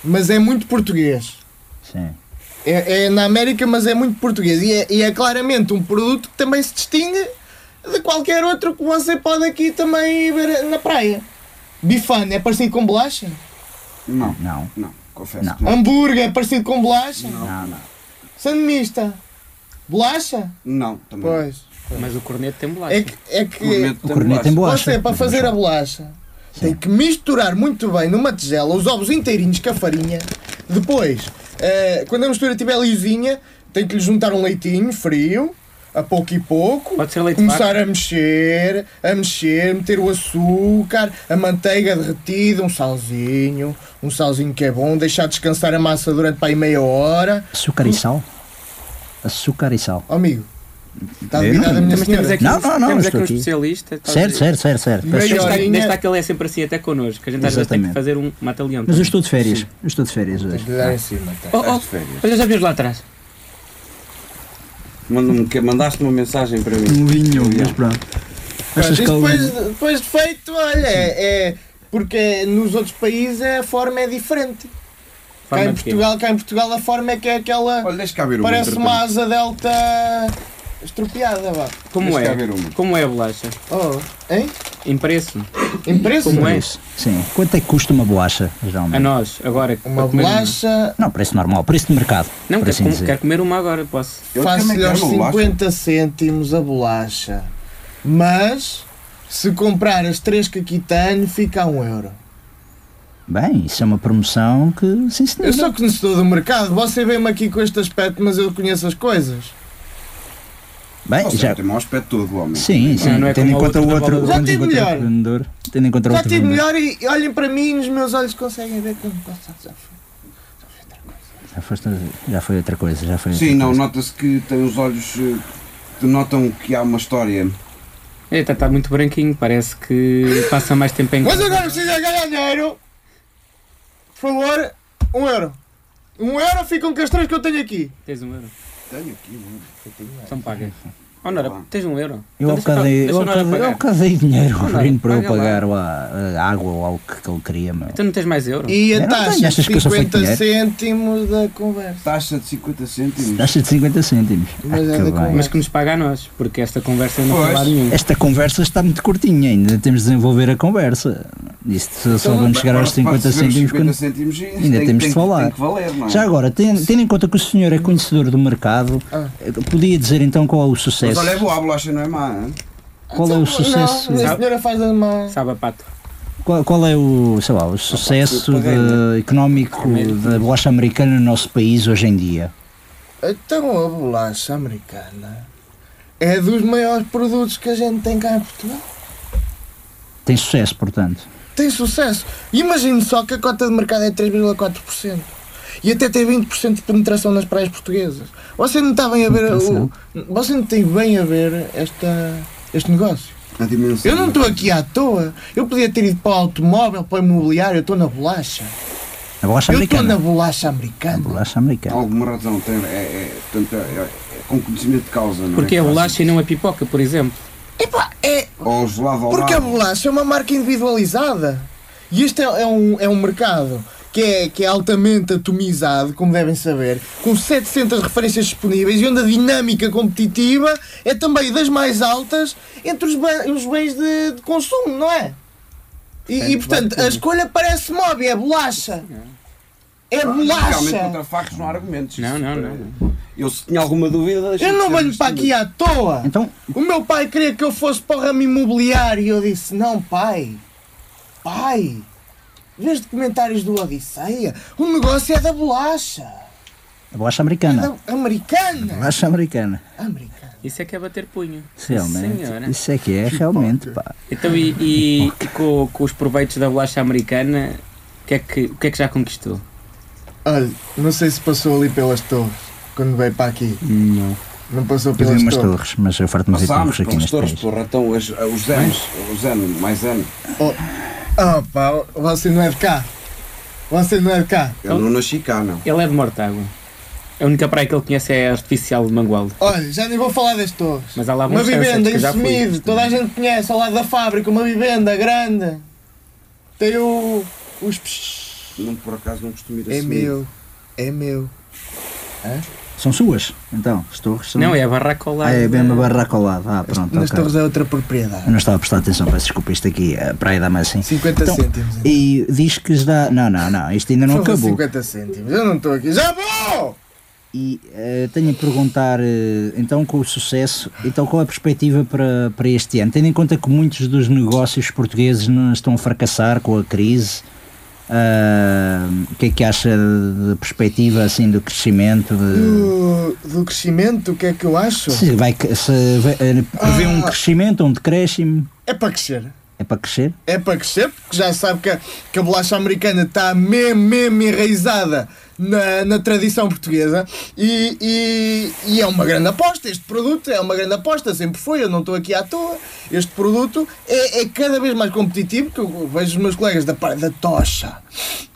Speaker 4: Mas é muito português.
Speaker 1: Sim.
Speaker 4: É, é na América, mas é muito português. E é, e é claramente um produto que também se distingue de qualquer outro que você pode aqui também ver na praia. Bifana é parecido com bolacha?
Speaker 2: Não,
Speaker 1: Não.
Speaker 2: não, confesso.
Speaker 1: Não.
Speaker 2: que Não.
Speaker 4: Hambúrguer é parecido com bolacha?
Speaker 1: Não, não.
Speaker 4: Sandemista? Bolacha?
Speaker 2: Não, também. não.
Speaker 4: Pois.
Speaker 3: Mas o corneto tem bolacha.
Speaker 4: É que, é que
Speaker 2: Corneto
Speaker 1: O
Speaker 2: tem
Speaker 1: corneto tem
Speaker 2: bolacha.
Speaker 1: bolacha.
Speaker 4: você, é para fazer a bolacha, tem que misturar muito bem numa tigela os ovos inteirinhos com a farinha. Depois, eh, quando a mistura estiver lisinha, tem que lhe juntar um leitinho frio, a pouco e pouco.
Speaker 3: Pode ser leite de
Speaker 4: Começar
Speaker 3: vaca.
Speaker 4: a mexer, a mexer, meter o açúcar, a manteiga derretida, um salzinho, um salzinho que é bom, deixar descansar a massa durante para aí meia hora.
Speaker 1: Açúcar e sal? Açúcar e sal.
Speaker 4: Oh, amigo, está
Speaker 1: Eu
Speaker 4: duvidado
Speaker 1: não-
Speaker 4: a minha
Speaker 3: Mas temos
Speaker 4: senhora?
Speaker 3: aqui,
Speaker 1: Não, não, não,
Speaker 3: temos
Speaker 1: eu
Speaker 3: aqui
Speaker 1: estou
Speaker 3: um
Speaker 1: aqui.
Speaker 3: especialista. estás a
Speaker 1: Certo,
Speaker 3: ver?
Speaker 1: certo, certo, certo. Peço
Speaker 4: Melhor.
Speaker 1: desculpa.
Speaker 3: Desta,
Speaker 4: Senhorinha.
Speaker 3: desta que ele é sempre assim, até connosco. que A gente às vezes tem que
Speaker 1: Exatamente.
Speaker 3: fazer um mata-leão.
Speaker 1: Mas eu
Speaker 3: também.
Speaker 1: estou de férias. Eu estou de férias
Speaker 4: Tem que
Speaker 1: hoje.
Speaker 4: lhe dar em cima, tá?
Speaker 3: Oh, oh,
Speaker 2: Estás de férias.
Speaker 3: olha, já vimos lá atrás.
Speaker 2: Manda-me um que- Mandaste uma mensagem para mim.
Speaker 1: Um vinho, mas pronto.
Speaker 4: Pronto,
Speaker 1: Achas que
Speaker 4: isto
Speaker 1: algum-
Speaker 4: depois, depois de feito, olha, é, é- porque nos outros países a forma é diferente. Cá
Speaker 3: Forma
Speaker 4: em,
Speaker 3: de quê?
Speaker 4: Portugal, cá em Portugal a forma é que é aquela.
Speaker 2: é Olha, deixa cá ver uma.
Speaker 4: parece uma
Speaker 2: entretanto.
Speaker 4: asa delta estropiada, vá.
Speaker 3: Como
Speaker 2: Deixa
Speaker 3: é?
Speaker 2: cá ver uma.
Speaker 3: Como é a bolacha?
Speaker 4: Oh, hein?
Speaker 3: Em preço?
Speaker 4: Em preço?
Speaker 3: Como é?
Speaker 1: Isso. Sim. Quanto é que custa uma bolacha,
Speaker 3: A
Speaker 1: geralmente?
Speaker 3: nós, agora.
Speaker 4: Uma
Speaker 3: para comer
Speaker 4: bolacha
Speaker 1: Não, preço normal, preço de mercado.
Speaker 3: Não, é
Speaker 1: por
Speaker 3: quero,
Speaker 1: assim
Speaker 3: com-
Speaker 1: dizer.
Speaker 3: quero comer uma agora, posso.
Speaker 2: Eu também
Speaker 4: faço-lhe
Speaker 2: quero um
Speaker 4: aos
Speaker 2: uma bolacha.
Speaker 4: 50 cêntimos a bolacha. Mas se comprar as três que aqui tenho, fica a 1 euro.
Speaker 1: Bem, isso é uma promoção que. Sim, senhor.
Speaker 4: Eu sou conhecedor do mercado, você vem-me aqui com este aspecto, mas eu conheço as coisas.
Speaker 1: Bem,
Speaker 2: Nossa,
Speaker 1: já.
Speaker 2: Tem mau aspecto todo, homem.
Speaker 1: Sim, sim.
Speaker 3: Não, não é
Speaker 1: tendo em
Speaker 3: como a
Speaker 1: conta o
Speaker 3: outra da
Speaker 1: outro.
Speaker 3: bola
Speaker 4: do- Já
Speaker 1: tendo em
Speaker 4: tive
Speaker 1: conta o outro
Speaker 4: melhor.
Speaker 1: vendedor. Tendo em conta o
Speaker 4: Já
Speaker 1: outro
Speaker 4: tive
Speaker 1: vendedor.
Speaker 4: melhor e e olhem para mim e nos meus olhos conseguem ver que eu não posso já foi.
Speaker 1: Hum. Já, foste- já foi outra coisa, já foi.
Speaker 2: Sim,
Speaker 1: outra
Speaker 2: não, é-
Speaker 1: coisa.
Speaker 2: nota-se que tem os olhos eh, que denotam que há uma história.
Speaker 3: Eita, está muito branquinho, parece que passa mais tempo em
Speaker 4: Mas
Speaker 3: casa.
Speaker 4: agora precisa ganhar dinheiro. Por favor, 1 euro. 1 euro ficam com as três que eu tenho aqui.
Speaker 3: Tens um euro.
Speaker 2: Tenho aqui, mano.
Speaker 3: Então paga. Oh, Nora, tens um euro.
Speaker 1: Eu
Speaker 3: Então
Speaker 1: ao
Speaker 3: deixa
Speaker 1: bocado dei-
Speaker 3: deixa
Speaker 1: eu
Speaker 3: o
Speaker 1: ao
Speaker 3: Nora
Speaker 1: bocado- eu ao
Speaker 3: pagar.
Speaker 1: bocado dei dinheiro ao
Speaker 3: Não, não,
Speaker 1: Bruno para eu
Speaker 3: paga lá.
Speaker 1: pagar a, a água ou algo que ele queria, meu.
Speaker 3: Então não tens mais euro?
Speaker 4: E
Speaker 1: Eu
Speaker 4: a
Speaker 1: não tenho,
Speaker 4: taxa de
Speaker 1: achas que eu sou feito
Speaker 4: 50
Speaker 1: dinheiro?
Speaker 4: cêntimos da conversa.
Speaker 2: Taxa de 50 cêntimos.
Speaker 1: Taxa de 50 cêntimos.
Speaker 4: Mas
Speaker 1: Ah,
Speaker 4: é
Speaker 1: que
Speaker 4: da
Speaker 1: bem.
Speaker 4: conversa.
Speaker 3: Mas que nos paga a nós, porque esta conversa eu não
Speaker 2: Pois.
Speaker 3: fala a nenhum.
Speaker 1: Esta conversa está muito curtinha, ainda temos de desenvolver a conversa. Isto
Speaker 2: Então,
Speaker 1: só vamos chegar aos 50 cêntimos quando.
Speaker 2: ainda
Speaker 1: temos de falar.
Speaker 2: Tem que valer, não é?
Speaker 1: Já agora, ten- tendo em conta que o senhor é conhecedor do mercado,
Speaker 4: Ah.
Speaker 1: eh, podia dizer então qual é o
Speaker 2: Mas
Speaker 1: sucesso?
Speaker 2: olha, é boa, a bolacha não é má. hein?
Speaker 1: Qual é o sucesso?
Speaker 4: Então, Não, a senhora faz da má.
Speaker 3: Sabe a pato.
Speaker 1: Qual, qual é o, sei lá, o sucesso
Speaker 2: Ah, eu paguei, né?
Speaker 1: de- económico da bolacha americana no nosso país hoje em dia?
Speaker 4: Então a bolacha americana é dos maiores produtos que a gente tem cá em Portugal.
Speaker 1: Tem sucesso, portanto.
Speaker 4: Tem sucesso. Imagino só que a cota de mercado é 3,4%. E até tem 20% de penetração nas praias portuguesas. Você não está bem a ver. O,
Speaker 1: Penetração?
Speaker 4: você não tem bem a ver esta, este negócio.
Speaker 2: A dimensão.
Speaker 4: Eu não estou aqui à toa. Eu podia ter ido para o automóvel, para o imobiliário, eu estou na bolacha.
Speaker 1: A bolacha
Speaker 4: Eu estou
Speaker 1: americana.
Speaker 4: na bolacha americana.
Speaker 1: Bolacha americana.
Speaker 2: Alguma razão tem. É, é, portanto, é, é com conhecimento de causa, não é?
Speaker 3: Porque é a
Speaker 2: Fácil.
Speaker 3: bolacha e não a pipoca, por exemplo.
Speaker 4: Epá, é,
Speaker 2: Ou gelado ao
Speaker 4: Porque a
Speaker 2: lado.
Speaker 4: bolacha é uma marca individualizada. E este é, é um, é um mercado que é, que é altamente atomizado, como devem saber, com 700 referências disponíveis e onde a dinâmica competitiva é também das mais altas entre os, ba- os bens de, de consumo, não é? E, e, portanto, a escolha parece móvel, é bolacha. É
Speaker 2: Realmente
Speaker 4: bolacha.
Speaker 2: contra factos não há argumentos.
Speaker 3: Não, não, não.
Speaker 2: Eu se tinha alguma dúvida.
Speaker 4: Eu não venho para aqui à toa.
Speaker 1: Então,
Speaker 4: O meu pai queria que eu fosse para o ramo imobiliário e eu disse: Não, pai, pai, vês documentários do Odisseia? O negócio é da bolacha,
Speaker 1: a bolacha
Speaker 4: é
Speaker 1: americana.
Speaker 4: da americana.
Speaker 1: Bolacha americana.
Speaker 4: americana.
Speaker 3: Isso é que é bater punho. Sim,
Speaker 1: Realmente.
Speaker 3: senhora.
Speaker 1: Isso é que é,
Speaker 4: Tipo,
Speaker 1: realmente, pá.
Speaker 3: Então e, e- e com, com os proveitos da bolacha americana, o que é que, o que, é que já conquistou?
Speaker 4: Olha, não sei se passou ali pelas torres quando veio para aqui.
Speaker 3: Não.
Speaker 4: Não passou
Speaker 3: é,
Speaker 1: Eu vi
Speaker 4: pelas
Speaker 1: umas
Speaker 4: torres.
Speaker 1: torres, mas eu farto-me ver
Speaker 2: Passámos
Speaker 1: torres aqui
Speaker 2: pelas
Speaker 1: neste
Speaker 2: torres,
Speaker 1: país.
Speaker 2: porra, então os, os anos, os anos, mais anos.
Speaker 4: Oh, oh, pá, você não é de cá. Você não é de cá.
Speaker 2: Eu não nasci cá, não.
Speaker 3: Ele é de Mortágua. A única praia que ele conhece é a artificial de Mangualde.
Speaker 4: Olha, já nem vou falar das torres.
Speaker 3: Mas há lá
Speaker 4: Uma
Speaker 3: bons
Speaker 4: vivenda
Speaker 3: sucessos que
Speaker 4: em
Speaker 3: eu já fui.
Speaker 4: Sumido, toda a gente conhece, ao lado da fábrica, uma vivenda grande. Tem o. os. psh-
Speaker 2: Não, por acaso não costumo ir
Speaker 4: É
Speaker 2: assumir.
Speaker 4: meu, é meu.
Speaker 1: São suas, então, as torres são.
Speaker 3: Não, é a barraca ao lado.
Speaker 1: Ah, é bem
Speaker 3: da-
Speaker 1: uma barraca ao lado. Ah, pronto,
Speaker 4: Nas
Speaker 1: ok.
Speaker 4: torres é outra
Speaker 1: Eu
Speaker 4: propriedade.
Speaker 1: não estava a prestar atenção, peço desculpa, isto aqui, a praia da Massim.
Speaker 4: 50
Speaker 1: Então,
Speaker 4: cêntimos. então.
Speaker 1: E diz que dá. Não, não, não, isto ainda não
Speaker 4: Por favor,
Speaker 1: acabou.
Speaker 4: 50 cêntimos, eu não estou aqui. Já vou!
Speaker 1: E eh, tenho a perguntar, eh, então, com o sucesso, então qual a perspectiva para, para este ano? Tendo em conta que muitos dos negócios portugueses não estão a fracassar com a crise, ah, o que é que acha da perspectiva assim do crescimento? De,
Speaker 4: Do, do crescimento, o que é que eu acho?
Speaker 1: se vai, que- se vai- eh, prevê um
Speaker 4: Ah.
Speaker 1: crescimento, um decréscimo?
Speaker 4: É para crescer.
Speaker 1: É para crescer?
Speaker 4: É para crescer, porque já sabe que a, que a bolacha americana está mesmo, mesmo enraizada na, na tradição portuguesa e, e- e é uma grande aposta. Este produto é uma grande aposta, sempre foi. Eu não estou aqui à toa. Este produto é, é cada vez mais competitivo. Que eu vejo os meus colegas da, par- da Tocha,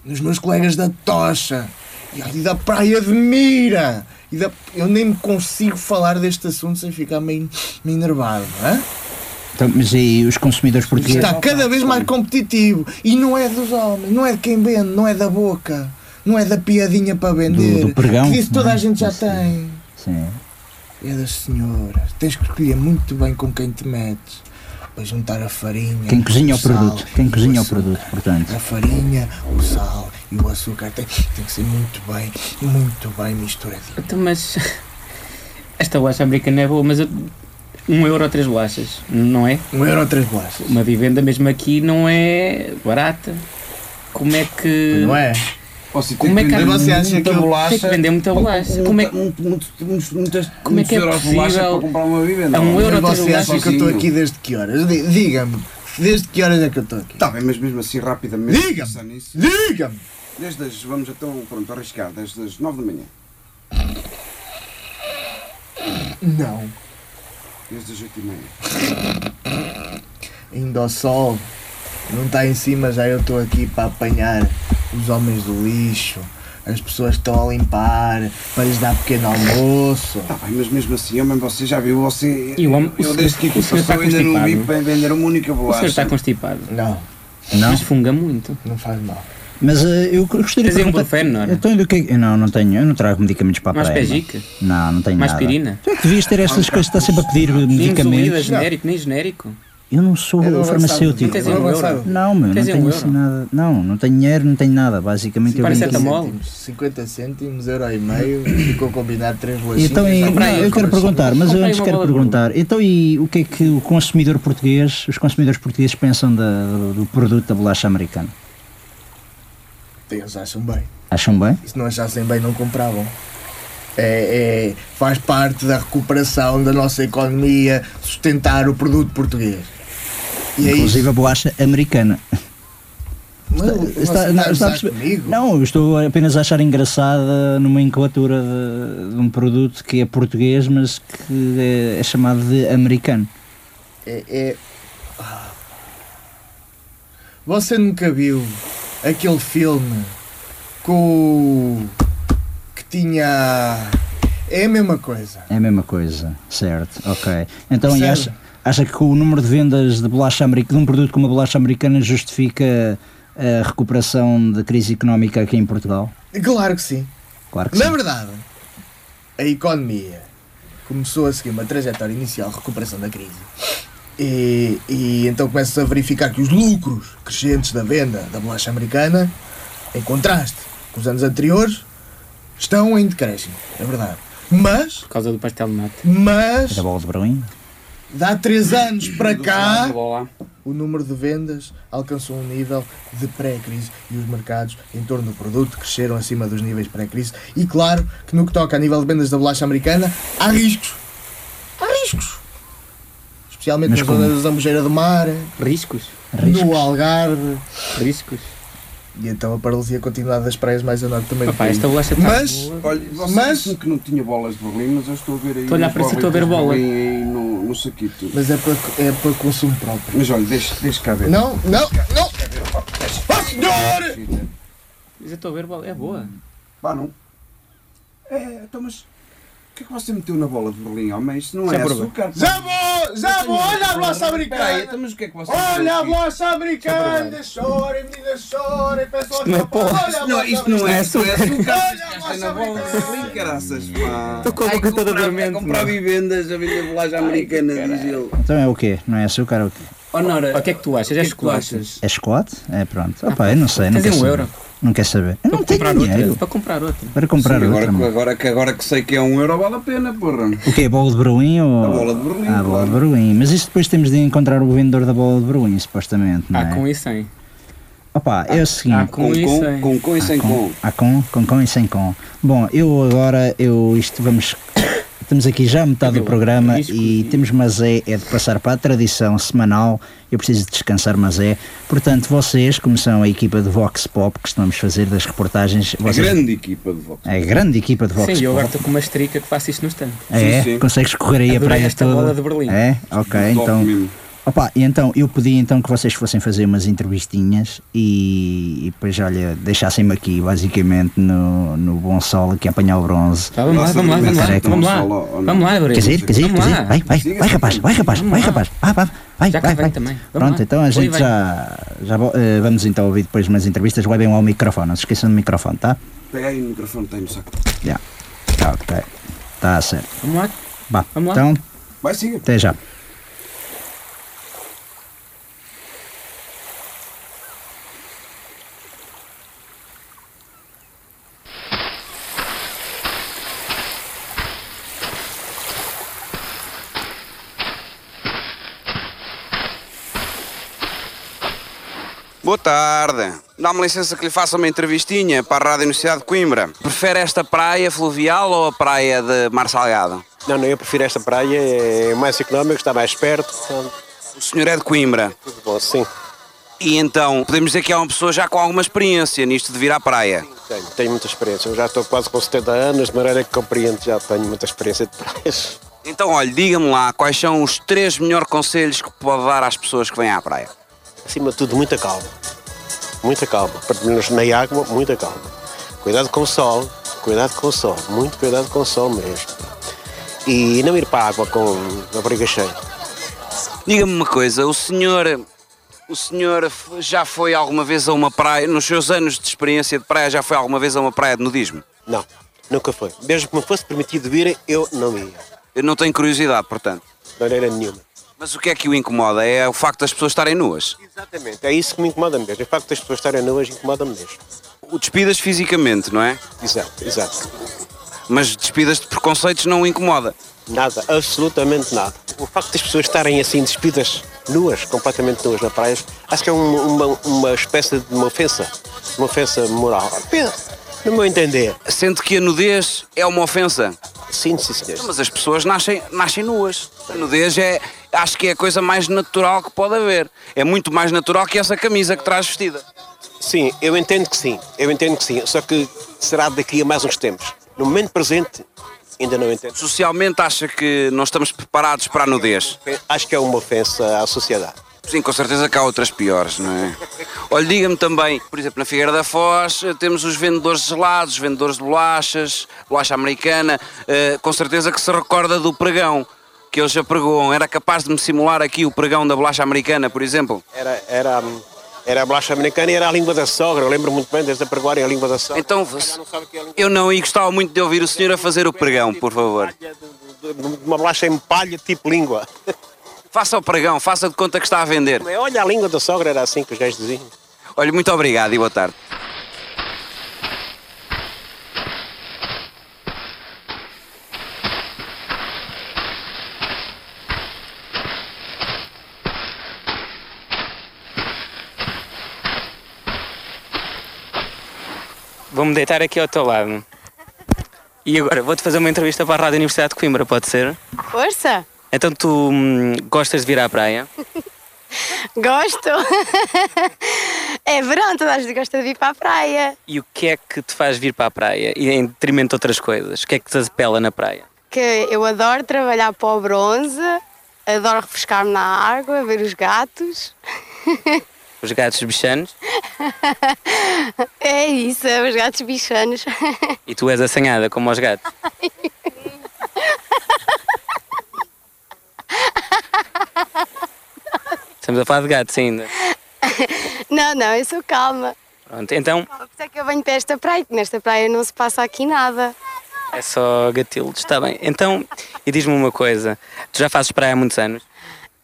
Speaker 4: os meus colegas da Tocha e ali da Praia de Mira. E da- eu nem me consigo falar deste assunto sem ficar meio, meio enervado, não é?
Speaker 1: Então, mas e os consumidores portugueses?
Speaker 4: Está cada vez mais competitivo e não é dos homens, não é de quem vende, não é da boca, não é da piadinha para vender.
Speaker 1: do pregão,
Speaker 4: que isso toda
Speaker 1: não
Speaker 4: a
Speaker 1: é?
Speaker 4: gente já
Speaker 1: Isso.
Speaker 4: tem.
Speaker 1: Sim.
Speaker 4: É das senhoras. Tens que escolher muito bem com quem te metes. Para juntar a farinha.
Speaker 1: Quem cozinha o
Speaker 4: sal
Speaker 1: produto,
Speaker 4: e
Speaker 1: quem cozinha o
Speaker 4: açúcar.
Speaker 1: produto, portanto.
Speaker 4: A farinha, o sal e o açúcar tem, tem que ser muito bem, muito bem misturadinho.
Speaker 3: Então, mas. Esta bolacha americana é boa, mas. Eu... Um euro ou três bolachas, não é?
Speaker 4: Um euro ou três bolachas.
Speaker 3: Uma vivenda mesmo aqui não é barata. Como é que.
Speaker 4: Não é?
Speaker 2: Ou se
Speaker 3: Como é que há
Speaker 2: vender
Speaker 4: Você acha
Speaker 2: muita
Speaker 4: que eu-
Speaker 3: Tem que
Speaker 2: bolacha?
Speaker 3: vender muita bolacha. Como é que.
Speaker 2: Muito- muito- muitos- muitas-
Speaker 3: Como é
Speaker 2: muitos
Speaker 3: que é
Speaker 2: euros de bolacha
Speaker 3: possível
Speaker 2: para comprar uma vivenda?
Speaker 3: a um
Speaker 2: não é?
Speaker 3: euro-
Speaker 4: Mas
Speaker 3: três
Speaker 4: você acha que eu estou
Speaker 2: bolachas.
Speaker 4: aqui desde que horas? Di- Diga-me, desde que horas é que eu estou aqui?
Speaker 3: Tá.
Speaker 2: Está bem, mas mesmo assim, rapidamente.
Speaker 4: Diga-me!
Speaker 2: pensar nisso.
Speaker 4: Diga-me!
Speaker 2: Desde as, vamos então, pronto, arriscar, desde as 9 da manhã,
Speaker 4: Não.
Speaker 2: desde as 8 e meia.
Speaker 4: Ainda tá ao sol. Não está em cima, já eu estou aqui para apanhar os homens do lixo, as pessoas estão a limpar para lhes dar pequeno almoço.
Speaker 2: Tá bem, mas mesmo assim, homem, você já viu, você.
Speaker 3: E o homem- o
Speaker 2: eu
Speaker 3: senhor-
Speaker 2: desde que aqui
Speaker 3: o senhor está
Speaker 2: passou ainda não vi
Speaker 3: constipado.
Speaker 2: para vender uma única
Speaker 3: O senhor está
Speaker 2: bolacha.
Speaker 3: constipado.
Speaker 4: Não,
Speaker 1: Não?
Speaker 3: Mas funga muito.
Speaker 4: não faz mal.
Speaker 1: Mas eh, eu gostaria
Speaker 3: Tens aí um
Speaker 1: perguntar-
Speaker 3: bufeno, não era?
Speaker 1: Então, e do que... eu não, não tenho, eu não trago medicamentos para a
Speaker 3: Mais
Speaker 1: praia.
Speaker 3: pejica?
Speaker 1: Não, não tenho
Speaker 3: Mais
Speaker 1: nada.
Speaker 3: pirina?
Speaker 1: Tu é que devias ter estas coisas que está sempre a pedir
Speaker 3: Nem insulina,
Speaker 1: medicamentos.
Speaker 3: um genérico, nem genérico.
Speaker 1: Eu não sou
Speaker 4: É do avançado,
Speaker 1: farmacêutico.
Speaker 3: Não tens aí
Speaker 4: Não
Speaker 3: um
Speaker 4: avançado.
Speaker 3: euro?
Speaker 1: Não, meu, não
Speaker 3: Tens aí um
Speaker 1: tenho assim
Speaker 3: euro?
Speaker 1: nada. Não, não tenho dinheiro, não tenho nada. Basicamente eu
Speaker 3: Parece
Speaker 1: vim-
Speaker 3: até mal.
Speaker 4: cêntimos, 50 cêntimos, euro e meio, ficou combinado 3 bolachinhas.
Speaker 1: Então, e-
Speaker 4: Compra aí
Speaker 1: não, eu
Speaker 4: outra
Speaker 1: quero
Speaker 4: bolachinha.
Speaker 1: perguntar, mas eu
Speaker 3: Comprei
Speaker 1: antes
Speaker 3: uma
Speaker 1: quero
Speaker 3: bola de
Speaker 1: perguntar. Então, e o que é que o consumidor português, os consumidores portugueses pensam da- do, do produto da bolacha americana?
Speaker 4: Eles acham bem.
Speaker 1: Acham bem?
Speaker 4: E se não achassem bem, não compravam. É, é- faz parte da recuperação da nossa economia sustentar o produto português. E é
Speaker 1: Inclusive
Speaker 4: isso.
Speaker 1: a bolacha americana.
Speaker 4: Mas
Speaker 1: Está-
Speaker 4: você
Speaker 1: está-
Speaker 4: está a
Speaker 1: não, está a
Speaker 4: gozar
Speaker 1: perceber?
Speaker 4: comigo?
Speaker 1: Não, eu estou apenas a achar engraçada a nomenclatura de, de um produto que é português, mas que é, é chamado de americano.
Speaker 4: É, é- Ah. Você nunca viu aquele filme com o- que tinha. É a mesma coisa.
Speaker 1: É a mesma coisa, certo? Ok. Então, e
Speaker 4: Percebe?
Speaker 1: acha, acha que o número de vendas de bolacha americana, de um produto como a bolacha americana, justifica a recuperação da crise económica aqui em Portugal?
Speaker 4: Claro que sim.
Speaker 1: Claro que
Speaker 4: Na
Speaker 1: sim.
Speaker 4: verdade, a economia começou a seguir uma trajetória inicial de recuperação da crise. E, e então começa a verificar que os lucros crescentes da venda da bolacha americana, em contraste com os anos anteriores, estão em decréscimo, é verdade. Mas,
Speaker 3: Por causa do pastel de nata.
Speaker 4: mas,
Speaker 1: Da bola de Berlim?
Speaker 4: dá 3 anos para cá,
Speaker 3: Bola.
Speaker 4: o número de vendas alcançou um nível de pré-crise e os mercados em torno do produto cresceram acima dos níveis pré-crise. E claro que no que toca a nível de vendas da bolacha americana, há riscos. Há riscos. Especialmente
Speaker 1: Mas
Speaker 4: nas
Speaker 1: como?
Speaker 4: zonas da Mujeira de Mar,
Speaker 3: Riscos.
Speaker 4: no Algarve.
Speaker 3: Riscos.
Speaker 4: E então a paralisia continuada das praias mais a norte também. do
Speaker 3: Papá,
Speaker 4: país.
Speaker 3: esta bolacha está
Speaker 4: Mas-
Speaker 3: boa.
Speaker 2: Olha, você
Speaker 4: Mas-
Speaker 2: disse-me que não tinha bolas de Berlim, mas eu estou a ver aí.
Speaker 3: Estou a olhar
Speaker 2: umas
Speaker 3: para si, estou
Speaker 2: bolitas
Speaker 3: a ver
Speaker 2: de
Speaker 3: bola.
Speaker 2: Berlim aí no, no saquito.
Speaker 4: Mas é para, é para consumo próprio.
Speaker 2: Mas olha, deixa, deixa cá ver.
Speaker 4: Não, não, não! Ah, senhor!
Speaker 3: Mas eu estou a ver bola. É boa.
Speaker 2: Pá, não. É, então, mas. O que é que você meteu na bola de Berlim, homem? Isto não
Speaker 3: Já
Speaker 2: é
Speaker 3: provei.
Speaker 2: açúcar. pá.
Speaker 4: Já vou! Já vou! Olha a bolacha
Speaker 2: Espera aí,
Speaker 4: americana!
Speaker 2: então, mas o que é que você
Speaker 4: Olha
Speaker 2: meteu
Speaker 4: a
Speaker 2: aqui?
Speaker 4: vossa americana, chorem, meninas, chorem, pessoal
Speaker 3: não é
Speaker 4: rapaz,
Speaker 3: pó.
Speaker 4: olha a
Speaker 2: Não,
Speaker 4: vossa
Speaker 2: isto não é açúcar. É açúcar.
Speaker 4: Olha a
Speaker 2: Esta é
Speaker 4: vossa
Speaker 2: na bola de
Speaker 4: americana.
Speaker 2: Berlim, caraças, pá.
Speaker 3: Estou com a boca toda dormente,
Speaker 2: Comprar
Speaker 3: mano.
Speaker 2: vivendas a vender bolacha americana, diz ele.
Speaker 1: Então é o quê? Não é açúcar? É o quê?
Speaker 3: Honora, o que é que tu achas? És bolachas?
Speaker 1: É chocolate? É pronto. Opa, eu não sei. Não
Speaker 3: Tens aí
Speaker 1: quero
Speaker 3: um
Speaker 1: saber.
Speaker 3: euro.
Speaker 1: Não quer saber. Eu não
Speaker 3: Para comprar é.
Speaker 1: tenho dinheiro
Speaker 3: outra. Para comprar outra.
Speaker 1: para comprar
Speaker 2: Sim,
Speaker 1: outra.
Speaker 2: agora, que,
Speaker 1: mano.
Speaker 2: agora, que, agora que sei que é um euro, vale a pena, porra.
Speaker 1: O quê? A bola de Berlim ou.
Speaker 2: A bola de Berlim,
Speaker 1: Ah, A bola de
Speaker 2: claro.
Speaker 1: Berlim. Mas isso depois temos de encontrar o vendedor da bola de Berlim, supostamente, não
Speaker 3: Há Ah, com
Speaker 1: é?
Speaker 3: isso, hein?
Speaker 1: Opa, é o
Speaker 3: Há
Speaker 1: seguinte.
Speaker 3: com isso, Tá
Speaker 2: com,
Speaker 3: hein?
Speaker 2: com, com e sem com.
Speaker 1: Há com, com com e sem com. Bom, eu agora, eu isto vamos. Estamos aqui já a metade do
Speaker 3: Cadê o
Speaker 1: programa
Speaker 3: risco?
Speaker 1: e temos mas é, é de passar para a tradição semanal. Eu preciso descansar, mas é. Portanto, vocês, como são a equipa de Vox Pop que estamos a fazer das reportagens,
Speaker 2: A
Speaker 1: vocês,
Speaker 2: É grande equipa de votos.
Speaker 3: É,
Speaker 1: a grande equipa de Vox
Speaker 3: Sim,
Speaker 1: Pop.
Speaker 3: eu agora estou com uma estrica que faço isto no instante.
Speaker 1: É,
Speaker 2: Sim, sim.
Speaker 1: consegues correr aí a
Speaker 3: Adorei
Speaker 1: praia
Speaker 3: esta
Speaker 1: toda.
Speaker 3: bola de Berlim.
Speaker 1: É, ok,
Speaker 2: Top
Speaker 1: então.
Speaker 2: mesmo.
Speaker 1: Opa, e então eu pedi então que vocês fossem fazer umas entrevistinhas e, e depois, olha, deixassem-me aqui basicamente no, no bom sol aqui a apanhar o bronze.
Speaker 3: Tá, vamos lá,
Speaker 2: Nossa,
Speaker 3: vamos lá, vamos lá.
Speaker 1: caraca,
Speaker 3: Vamos
Speaker 2: não
Speaker 3: lá,
Speaker 2: só lá, ó, não.
Speaker 3: vamos lá, Gabriel.
Speaker 1: Quer dizer, quer dizer, quer
Speaker 3: Vamos
Speaker 1: dizer,
Speaker 3: lá.
Speaker 1: vai, vai, vai rapaz, vai rapaz, vai rapaz, vai, vai, vai,
Speaker 3: Já cá
Speaker 1: vai,
Speaker 3: vem
Speaker 1: vai.
Speaker 3: também. Vamos
Speaker 1: Pronto,
Speaker 3: lá.
Speaker 1: então a
Speaker 3: Oi,
Speaker 1: gente
Speaker 3: vai.
Speaker 1: já, já vo- eh, vamos então ouvir depois umas entrevistas, levem lá o microfone, não se esqueçam do microfone, tá?
Speaker 2: Pega aí o microfone, tem no saco.
Speaker 1: Já, tá, ok, tá certo.
Speaker 3: Vamos lá.
Speaker 1: Bah,
Speaker 3: Vamos lá.
Speaker 1: então,
Speaker 2: Vai, siga.
Speaker 1: até já.
Speaker 2: Boa tarde. Dá-me licença que lhe faça uma entrevistinha para a Rádio Universidade de Coimbra. Prefere esta praia fluvial ou a praia de Mar Salgado?
Speaker 5: Não, não, eu prefiro esta praia, é mais económico, está mais perto, então,
Speaker 2: O senhor é de Coimbra.
Speaker 5: tudo bom, sim.
Speaker 2: E então, podemos dizer que é uma pessoa já com alguma experiência nisto de vir à praia.
Speaker 5: Tenho, tenho muita experiência, eu já estou quase com 70 anos, de maneira que compreendo, já tenho muita experiência de praias.
Speaker 2: Então, olha, diga-me lá, quais são os três melhores conselhos que pode dar às pessoas que vêm à praia?
Speaker 5: Acima de tudo, muita calma, muita calma, pelo menos na água, muita calma. Cuidado com o sol, cuidado com o sol, muito cuidado com o sol mesmo. E não ir para a água com a briga cheia.
Speaker 2: Diga-me uma coisa, o senhor. O senhor f- já foi alguma vez a uma praia, nos seus anos de experiência de praia, já foi alguma vez a uma praia de nudismo?
Speaker 5: Não, nunca foi. Mesmo que me fosse permitido ir, eu não ia.
Speaker 2: Eu não tenho curiosidade, portanto.
Speaker 5: De maneira nenhuma.
Speaker 2: Mas o que é que o incomoda? É o facto das pessoas estarem nuas.
Speaker 5: Exatamente, é isso que me incomoda mesmo. O facto das pessoas estarem nuas incomoda-me mesmo.
Speaker 2: O despidas fisicamente, não é?
Speaker 5: Exato, exato.
Speaker 2: Mas despidas de preconceitos não o incomoda.
Speaker 5: Nada, absolutamente nada. O facto das pessoas estarem assim despidas, nuas, completamente nuas na praia, acho que é um- uma, uma espécie de uma ofensa, uma ofensa moral. Pensa, No meu entender,
Speaker 2: Sente que a nudez é uma ofensa.
Speaker 5: sim, sim, senhor.
Speaker 2: Mas as pessoas nascem, nascem nuas. A nudez é, acho que é a coisa mais natural que pode haver. É muito mais natural que essa camisa que traz vestida.
Speaker 5: Sim, eu entendo que sim, eu entendo que sim, só que será daqui a mais uns tempos. No momento presente, ainda não entendo.
Speaker 2: Socialmente acha que não estamos preparados para a nudez.
Speaker 5: Acho que é uma ofensa à sociedade.
Speaker 2: Sim, com certeza que há outras piores, não é? Olha, diga-me também, por exemplo, na Figueira da Foz eh, temos os vendedores de gelados, os vendedores de bolachas, bolacha americana, eh, com certeza que se recorda do pregão que eles já pregou. Era capaz de me simular aqui o pregão da bolacha americana, por exemplo?
Speaker 5: Era, era, era a bolacha americana e era a língua da sogra. Eu lembro muito bem desde a pregoar a língua da sogra.
Speaker 2: Então,
Speaker 5: Já não sabe o que é a língua
Speaker 2: eu não e gostava muito de ouvir o senhor a fazer o pregão, por favor.
Speaker 5: de palha, de- de- de- Uma bolacha em palha, tipo língua. É,
Speaker 2: Faça o pregão, faça de conta que está a vender.
Speaker 5: Olha, a língua da sogra era assim que os gajos diziam.
Speaker 2: Olha, muito obrigado e boa tarde.
Speaker 3: Vou-me deitar aqui ao teu lado. E agora, vou-te fazer uma entrevista para a Rádio Universidade de Coimbra, pode ser?
Speaker 6: Força!
Speaker 3: Então tu hum, gostas de vir à praia?
Speaker 6: Gosto! é verão, toda a gente gosta de ir para a praia.
Speaker 3: E o que é que te faz vir para a praia? E em detrimento de outras coisas, o que é que te apela na praia?
Speaker 6: Que eu adoro trabalhar para o bronze, adoro refrescar-me na água, ver os gatos.
Speaker 3: Os gatos bichanos?
Speaker 6: É isso, é os gatos bichanos.
Speaker 3: E tu és assanhada como os gatos? Estamos a falar de gatos ainda.
Speaker 6: não, não, eu sou calma.
Speaker 3: Pronto, então
Speaker 6: Por isso é que eu venho para esta praia, que nesta praia não se passa aqui nada.
Speaker 3: é só gatilhos, está bem. Então, e diz-me uma coisa, tu já fazes praia há muitos anos?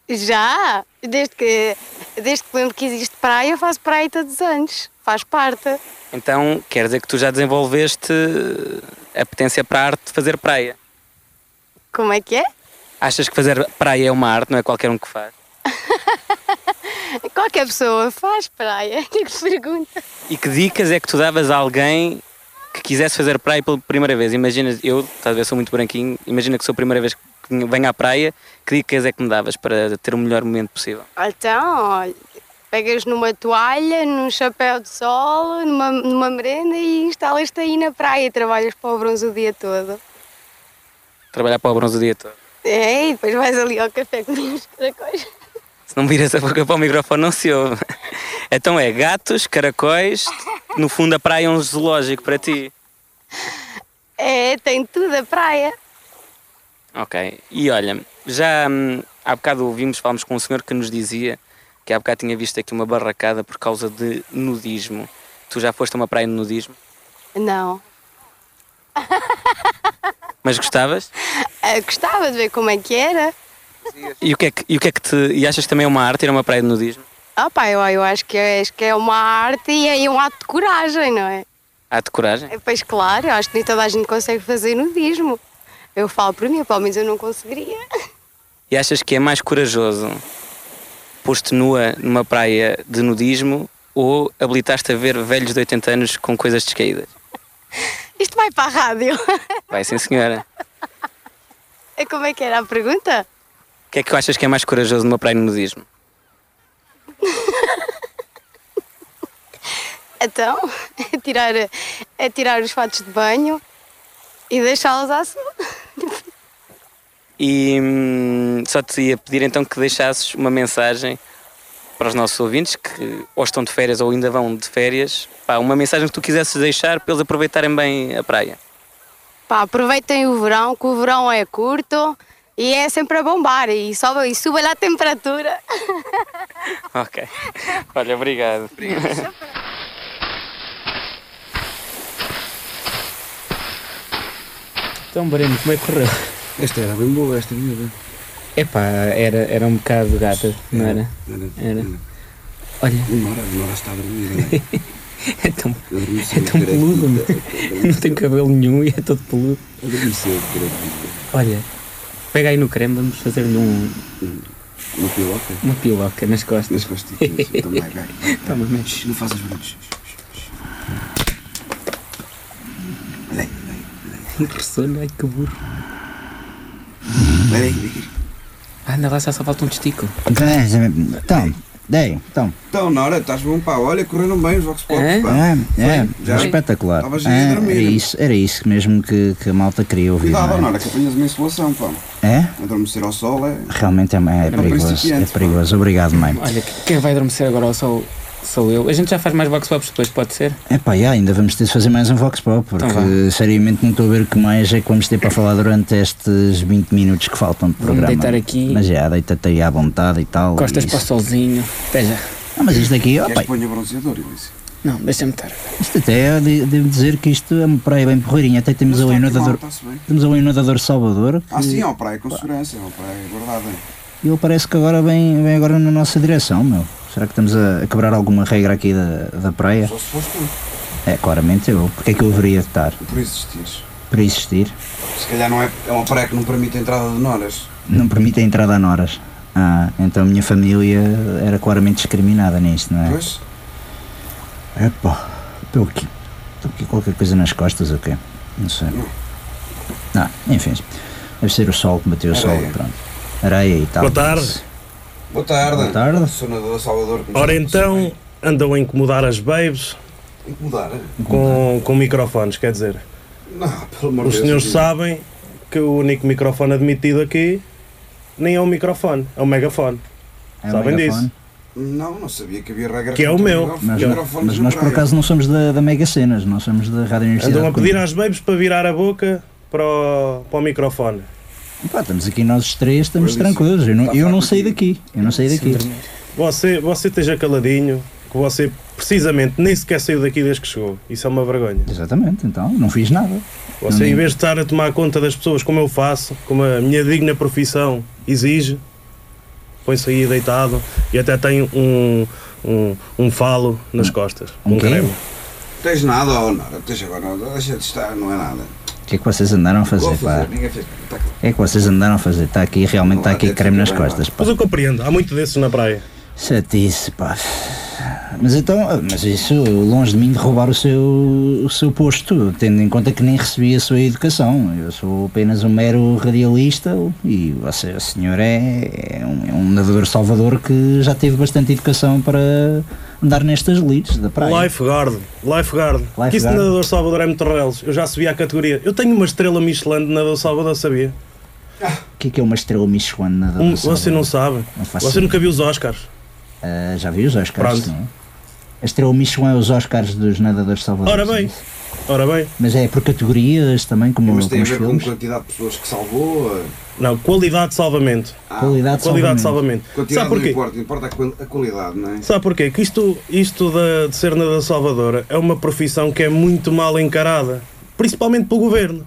Speaker 6: Já! Desde que, desde que lembro que existe praia, eu faço praia todos os anos. Faz parte.
Speaker 3: Então quer dizer que tu já desenvolveste eh, a potência para a arte de fazer praia.
Speaker 6: Como é que é?
Speaker 3: Achas que fazer praia é uma arte, não é qualquer um que faz?
Speaker 6: Qualquer pessoa faz praia. é Que pergunta.
Speaker 3: E que dicas é que tu davas a alguém que quisesse fazer praia pela primeira vez? Imagina, eu talvez sou muito branquinho, imagina que sou a primeira vez que venho à praia, que dicas é que me davas para ter o melhor momento possível?
Speaker 6: Então, olha, pegas numa toalha, num chapéu de sol, numa, numa merenda e instalas-te aí na praia e trabalhas para o bronze o dia todo.
Speaker 3: Trabalhar para o bronze o dia todo.
Speaker 6: É, e depois vais ali ao café com os caracóis.
Speaker 3: Se não viras a boca para o microfone não se ouve. Então é gatos, caracóis, no fundo a praia é um zoológico para ti.
Speaker 6: É, tem tudo a praia.
Speaker 3: Ok. E olha, já hum, há bocado ouvimos, falámos com um senhor que nos dizia que há bocado tinha visto aqui uma barracada por causa de nudismo. Tu já foste a uma praia de nudismo,
Speaker 6: Não.
Speaker 3: mas gostavas?
Speaker 6: Ah, gostava de ver como é que era.
Speaker 3: E o que é que, e o que, é que te. E achas que também é uma arte ir a uma praia de nudismo?
Speaker 6: Ah pá, eu, eu acho que é, acho que é uma arte e é um ato de coragem, não é?
Speaker 3: Há de coragem?
Speaker 6: É, Pois claro, eu acho que nem toda a gente consegue fazer nudismo. Eu falo por mim, pelo menos eu não conseguiria.
Speaker 3: E achas que é mais corajoso pôr-te nua numa praia de nudismo ou habilitaste a ver velhos de 80 anos com coisas descaídas?
Speaker 6: Isto vai para a rádio.
Speaker 3: Vai sim, senhora.
Speaker 6: É Como é que era a pergunta?
Speaker 3: O que é que achas que é mais corajoso numa praia de nudismo?
Speaker 6: Então, é tirar, é tirar os fatos de banho e deixá-los à sua.
Speaker 3: E hum, só te ia pedir então que deixasses uma mensagem
Speaker 7: para os nossos ouvintes que ou estão de férias ou ainda vão de férias, pá, uma mensagem que tu quisesses deixar para eles aproveitarem bem a praia.
Speaker 6: Pá, aproveitem o verão, que o verão é curto e é sempre a bombar e sobe, e sube lá a temperatura.
Speaker 7: Ok. Olha, obrigado.
Speaker 3: Então, Breno, como é que correu?
Speaker 8: Esta era bem boa, esta miúda.
Speaker 3: Epá, era, era um bocado gata, não era? Era. Olha,
Speaker 8: Demora, demora está a dormir. não é?
Speaker 3: é tão,
Speaker 8: Eu dormi
Speaker 3: é
Speaker 8: cedo,
Speaker 3: tão
Speaker 8: creio que-
Speaker 3: peludo, meu. não tem cabelo nenhum e é todo peludo.
Speaker 8: Eu dormi cedo, creio que-
Speaker 3: Olha, pega aí no creme, vamos fazer-lhe um-
Speaker 8: Uma piloca.
Speaker 3: uma piloca nas
Speaker 8: Nas
Speaker 3: costas.
Speaker 8: costinhas. Então vai, vai.
Speaker 3: Toma, mas
Speaker 8: Não faças barulhos.
Speaker 3: que sono, é? ai que burro.
Speaker 8: Vai, vai.
Speaker 3: Anda lá, só só falta um testico.
Speaker 1: Então, dei, então.
Speaker 8: Então, Nora, estás bom, pá. Olha, correram bem os Vox Pops,
Speaker 3: É?
Speaker 8: pá.
Speaker 1: É, é,
Speaker 8: já.
Speaker 1: espetacular.
Speaker 8: Estavas a
Speaker 1: É,
Speaker 8: dormir.
Speaker 1: era, isso, era isso mesmo que, que a malta queria ouvir.
Speaker 8: Cuidado,
Speaker 1: não
Speaker 8: Nora, que apanhas uma insolação, pá.
Speaker 1: é? é?
Speaker 8: Adormecer ao sol é...
Speaker 1: Realmente é, é perigoso. É
Speaker 8: principiante, pá.
Speaker 1: perigoso. Obrigado, mãe.
Speaker 3: Olha, que- quem vai adormecer agora ao sol sou eu. A gente já faz mais box pops depois, pode ser?
Speaker 1: Epá, já, ainda vamos ter de fazer mais um Vox Pop, porque
Speaker 3: Então vá.
Speaker 1: seriamente não estou a ver o que mais é que vamos ter para falar durante estes 20 minutos que faltam de
Speaker 3: Vamos
Speaker 1: programa.
Speaker 3: deitar aqui,
Speaker 1: Mas já, deita-te aí à vontade e tal.
Speaker 3: costas
Speaker 1: e
Speaker 3: para o
Speaker 1: isso.
Speaker 3: solzinho. Até já.
Speaker 1: Ah, mas isto aqui,
Speaker 8: Queres
Speaker 1: opa,
Speaker 8: que ponha bronzeador, Elísio?
Speaker 3: Não, deixa-me estar.
Speaker 1: isto até é, de- devo dizer que isto é uma praia bem porreirinha. Até
Speaker 8: tá
Speaker 1: temos ali um nadador.
Speaker 8: Está-se bem.
Speaker 1: Temos ali um nadador Salvador.
Speaker 8: Ah, sim, é uma praia com segurança, é uma praia guardada.
Speaker 1: E ele parece que agora vem, vem agora na nossa direção, meu. Será que estamos a, a quebrar alguma regra aqui da, da praia?
Speaker 8: Só se fosse tu,
Speaker 1: É, claramente eu. Porque é que eu haveria de estar?
Speaker 8: por existires.
Speaker 1: Para existir?
Speaker 8: Se calhar não é, é uma praia que não permite a entrada de Noras.
Speaker 1: Não permite a entrada a noras. Ah, então a minha família era claramente discriminada nisto, não é?
Speaker 8: Pois?
Speaker 1: Epá, estou aqui. Estou aqui qualquer coisa nas costas ou quê? Não sei. Ah, enfim. Deve ser o sol que bateu o sol.
Speaker 8: Areia.
Speaker 1: Pronto. Areia e tal.
Speaker 9: Boa tarde.
Speaker 1: mas-
Speaker 8: Boa tarde.
Speaker 1: Boa tarde.
Speaker 8: Sou nadador Salvador. como
Speaker 9: Ora
Speaker 8: sabe,
Speaker 9: então, andam a incomodar as babes
Speaker 8: sou bem. Incomodar? é?
Speaker 9: com, com microfones, quer dizer.
Speaker 8: Não, pelo amor de
Speaker 9: Os
Speaker 8: Deus.
Speaker 9: senhores
Speaker 8: eu-
Speaker 9: sabem que o único microfone admitido aqui nem é um microfone, é um megafone.
Speaker 1: É o
Speaker 9: Sabem
Speaker 1: megafone.
Speaker 9: disso?
Speaker 8: Não, não sabia que havia regras.
Speaker 9: Que é o
Speaker 8: contra
Speaker 9: meu.
Speaker 8: microfones-
Speaker 1: Mas,
Speaker 9: Que é o-
Speaker 8: microfones
Speaker 1: mas
Speaker 8: na
Speaker 1: nós por
Speaker 8: praia.
Speaker 1: acaso não somos da, da Mega Cenas, nós somos da Rádio Universidade.
Speaker 9: Andam a
Speaker 1: de Coimbra.
Speaker 9: pedir às babes para virar a boca para o, para o microfone.
Speaker 1: Pá, estamos aqui nós três,
Speaker 8: Pois
Speaker 1: estamos
Speaker 8: isso.
Speaker 1: tranquilos. Eu não,
Speaker 8: Está
Speaker 1: eu não
Speaker 8: fraco
Speaker 1: saí
Speaker 8: aqui.
Speaker 1: daqui. Eu não saí daqui.
Speaker 9: Você, você esteja caladinho, que você precisamente nem sequer saiu daqui desde que chegou. Isso é uma vergonha.
Speaker 1: Exatamente, então, não fiz nada.
Speaker 9: Você,
Speaker 1: Não,
Speaker 9: em
Speaker 1: nem-
Speaker 9: vez de estar a tomar conta das pessoas como eu faço, como a minha digna profissão exige, põe-se aí deitado e até tem um, um, um falo nas costas.
Speaker 1: Um
Speaker 9: Um,
Speaker 1: quê?
Speaker 9: creme.
Speaker 8: Tens nada, ó, Nora. Tens agora. Deixa de estar, não é nada.
Speaker 1: O que é que vocês andaram a
Speaker 8: Vou
Speaker 1: fazer, pá?
Speaker 8: fazer, ninguém fez. Tá calado.
Speaker 1: O que é que vocês andaram a fazer? Está aqui, realmente está aqui creme nas costas, pá.
Speaker 9: Mas eu compreendo, há muito desses na praia.
Speaker 1: Chatice, pá. Mas então, mas isso, longe de mim de roubar o seu, o seu posto, tendo em conta que nem recebi a sua educação. Eu sou apenas um mero radialista e você, o senhor é, é um, é um nadador salvador que já teve bastante educação para andar nestas leads da praia.
Speaker 9: Lifeguard, lifeguard.
Speaker 1: Lifeguard.
Speaker 9: Que isso de nadador Salvador é muito reles. Eu já subi à categoria. Eu tenho uma estrela Michelin de nadador Salvador, sabia?
Speaker 1: O que é que é uma estrela Michelin nadador
Speaker 9: Um-
Speaker 1: salvador?
Speaker 9: você não sabe.
Speaker 1: Não faço
Speaker 9: Você
Speaker 1: ideia.
Speaker 9: nunca viu os Oscars.
Speaker 1: Ah, já viu os Oscars,
Speaker 9: Pronto.
Speaker 1: não? A estrela Michelin é os Oscars dos nadadores salvadores.
Speaker 9: Ora
Speaker 1: é
Speaker 9: bem,
Speaker 1: isso?
Speaker 9: ora bem.
Speaker 1: Mas é por categorias também, como,
Speaker 8: Mas tem
Speaker 1: como
Speaker 8: a
Speaker 1: os
Speaker 8: ver com a
Speaker 1: filmes.
Speaker 8: quantidade de pessoas que salvou. eh,
Speaker 9: Não, qualidade de salvamento.
Speaker 8: ah,
Speaker 1: Qualidade,
Speaker 9: Qualidade
Speaker 1: salvamento.
Speaker 9: de salvamento.
Speaker 8: Quantidade
Speaker 9: Sabe
Speaker 8: não
Speaker 9: porquê?
Speaker 8: importa, importa a qual- a qualidade, não é?
Speaker 9: Sabe porquê? Que isto, isto da, de ser nadador Salvador é uma profissão que é muito mal encarada, principalmente pelo governo.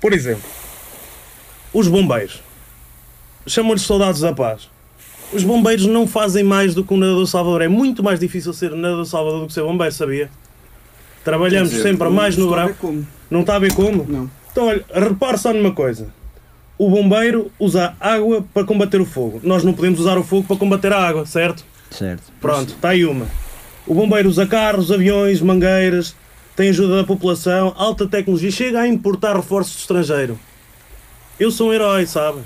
Speaker 9: Por exemplo, os bombeiros. Chamam-lhes soldados da paz. Os bombeiros não fazem mais do que um nadador Salvador. É muito mais difícil ser nadador Salvador do que ser bombeiro, sabia? Trabalhamos
Speaker 8: Quer dizer,
Speaker 9: sempre a mais no
Speaker 8: não
Speaker 9: verão.
Speaker 8: sabe como.
Speaker 9: Não está a ver como?
Speaker 8: Não.
Speaker 9: Então, olha, repare só numa coisa. O bombeiro usa água para combater o fogo. Nós não podemos usar o fogo para combater a água, certo?
Speaker 1: Certo.
Speaker 9: Pronto, está aí uma. O bombeiro usa carros, aviões, mangueiras, tem ajuda da população, alta tecnologia, chega a importar reforços do estrangeiro. Eu sou um herói, sabe?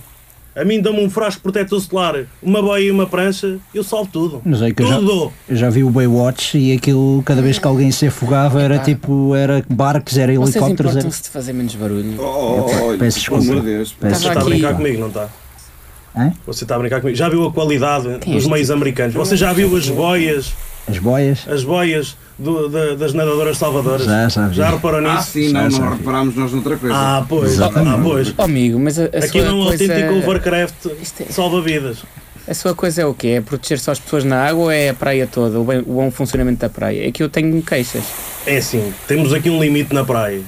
Speaker 9: A mim dão-me um frasco protetor solar, uma boia e uma prancha, eu salvo tudo.
Speaker 1: Mas é que eu
Speaker 9: tudo Tá
Speaker 1: já-
Speaker 9: dou.
Speaker 1: Eu já vi o Baywatch e aquilo, cada vez que alguém se afogava, era tipo, era barcos, era
Speaker 3: Vocês
Speaker 1: helicópteros. Era...
Speaker 3: importam-se de fazer menos barulho?
Speaker 8: Oh, oh, oh, olha,
Speaker 1: peço
Speaker 8: pelo
Speaker 1: desculpa.
Speaker 8: amor de Deus.
Speaker 1: Peço
Speaker 9: Está a
Speaker 3: aqui.
Speaker 1: desculpa.
Speaker 9: brincar comigo, não está?
Speaker 1: Hã?
Speaker 9: tá? Você está a brincar comigo. Já viu a qualidade
Speaker 3: Quem é
Speaker 9: dos
Speaker 3: este
Speaker 9: meios americanos? Você já viu as boias,
Speaker 1: As boias?
Speaker 9: as boias do- da- das nadadoras salvadoras?
Speaker 1: Já, já vi.
Speaker 9: reparou nisso?
Speaker 8: Ah, sim, não,
Speaker 1: Sim,
Speaker 8: não
Speaker 1: sim.
Speaker 8: reparámos nós noutra coisa.
Speaker 9: Ah, pois.
Speaker 1: Exatamente.
Speaker 9: Ah, pois.
Speaker 3: Oh, amigo, mas a, a
Speaker 9: Aqui
Speaker 3: sua
Speaker 9: não é um
Speaker 3: coisa...
Speaker 9: autêntico Warcraft
Speaker 3: Isto é-
Speaker 9: salva-vidas.
Speaker 3: A sua coisa é o quê? É proteger só as pessoas na água ou é a praia toda? O, bem- o bom funcionamento da praia? É que eu tenho queixas.
Speaker 9: É assim, temos aqui um limite na praia.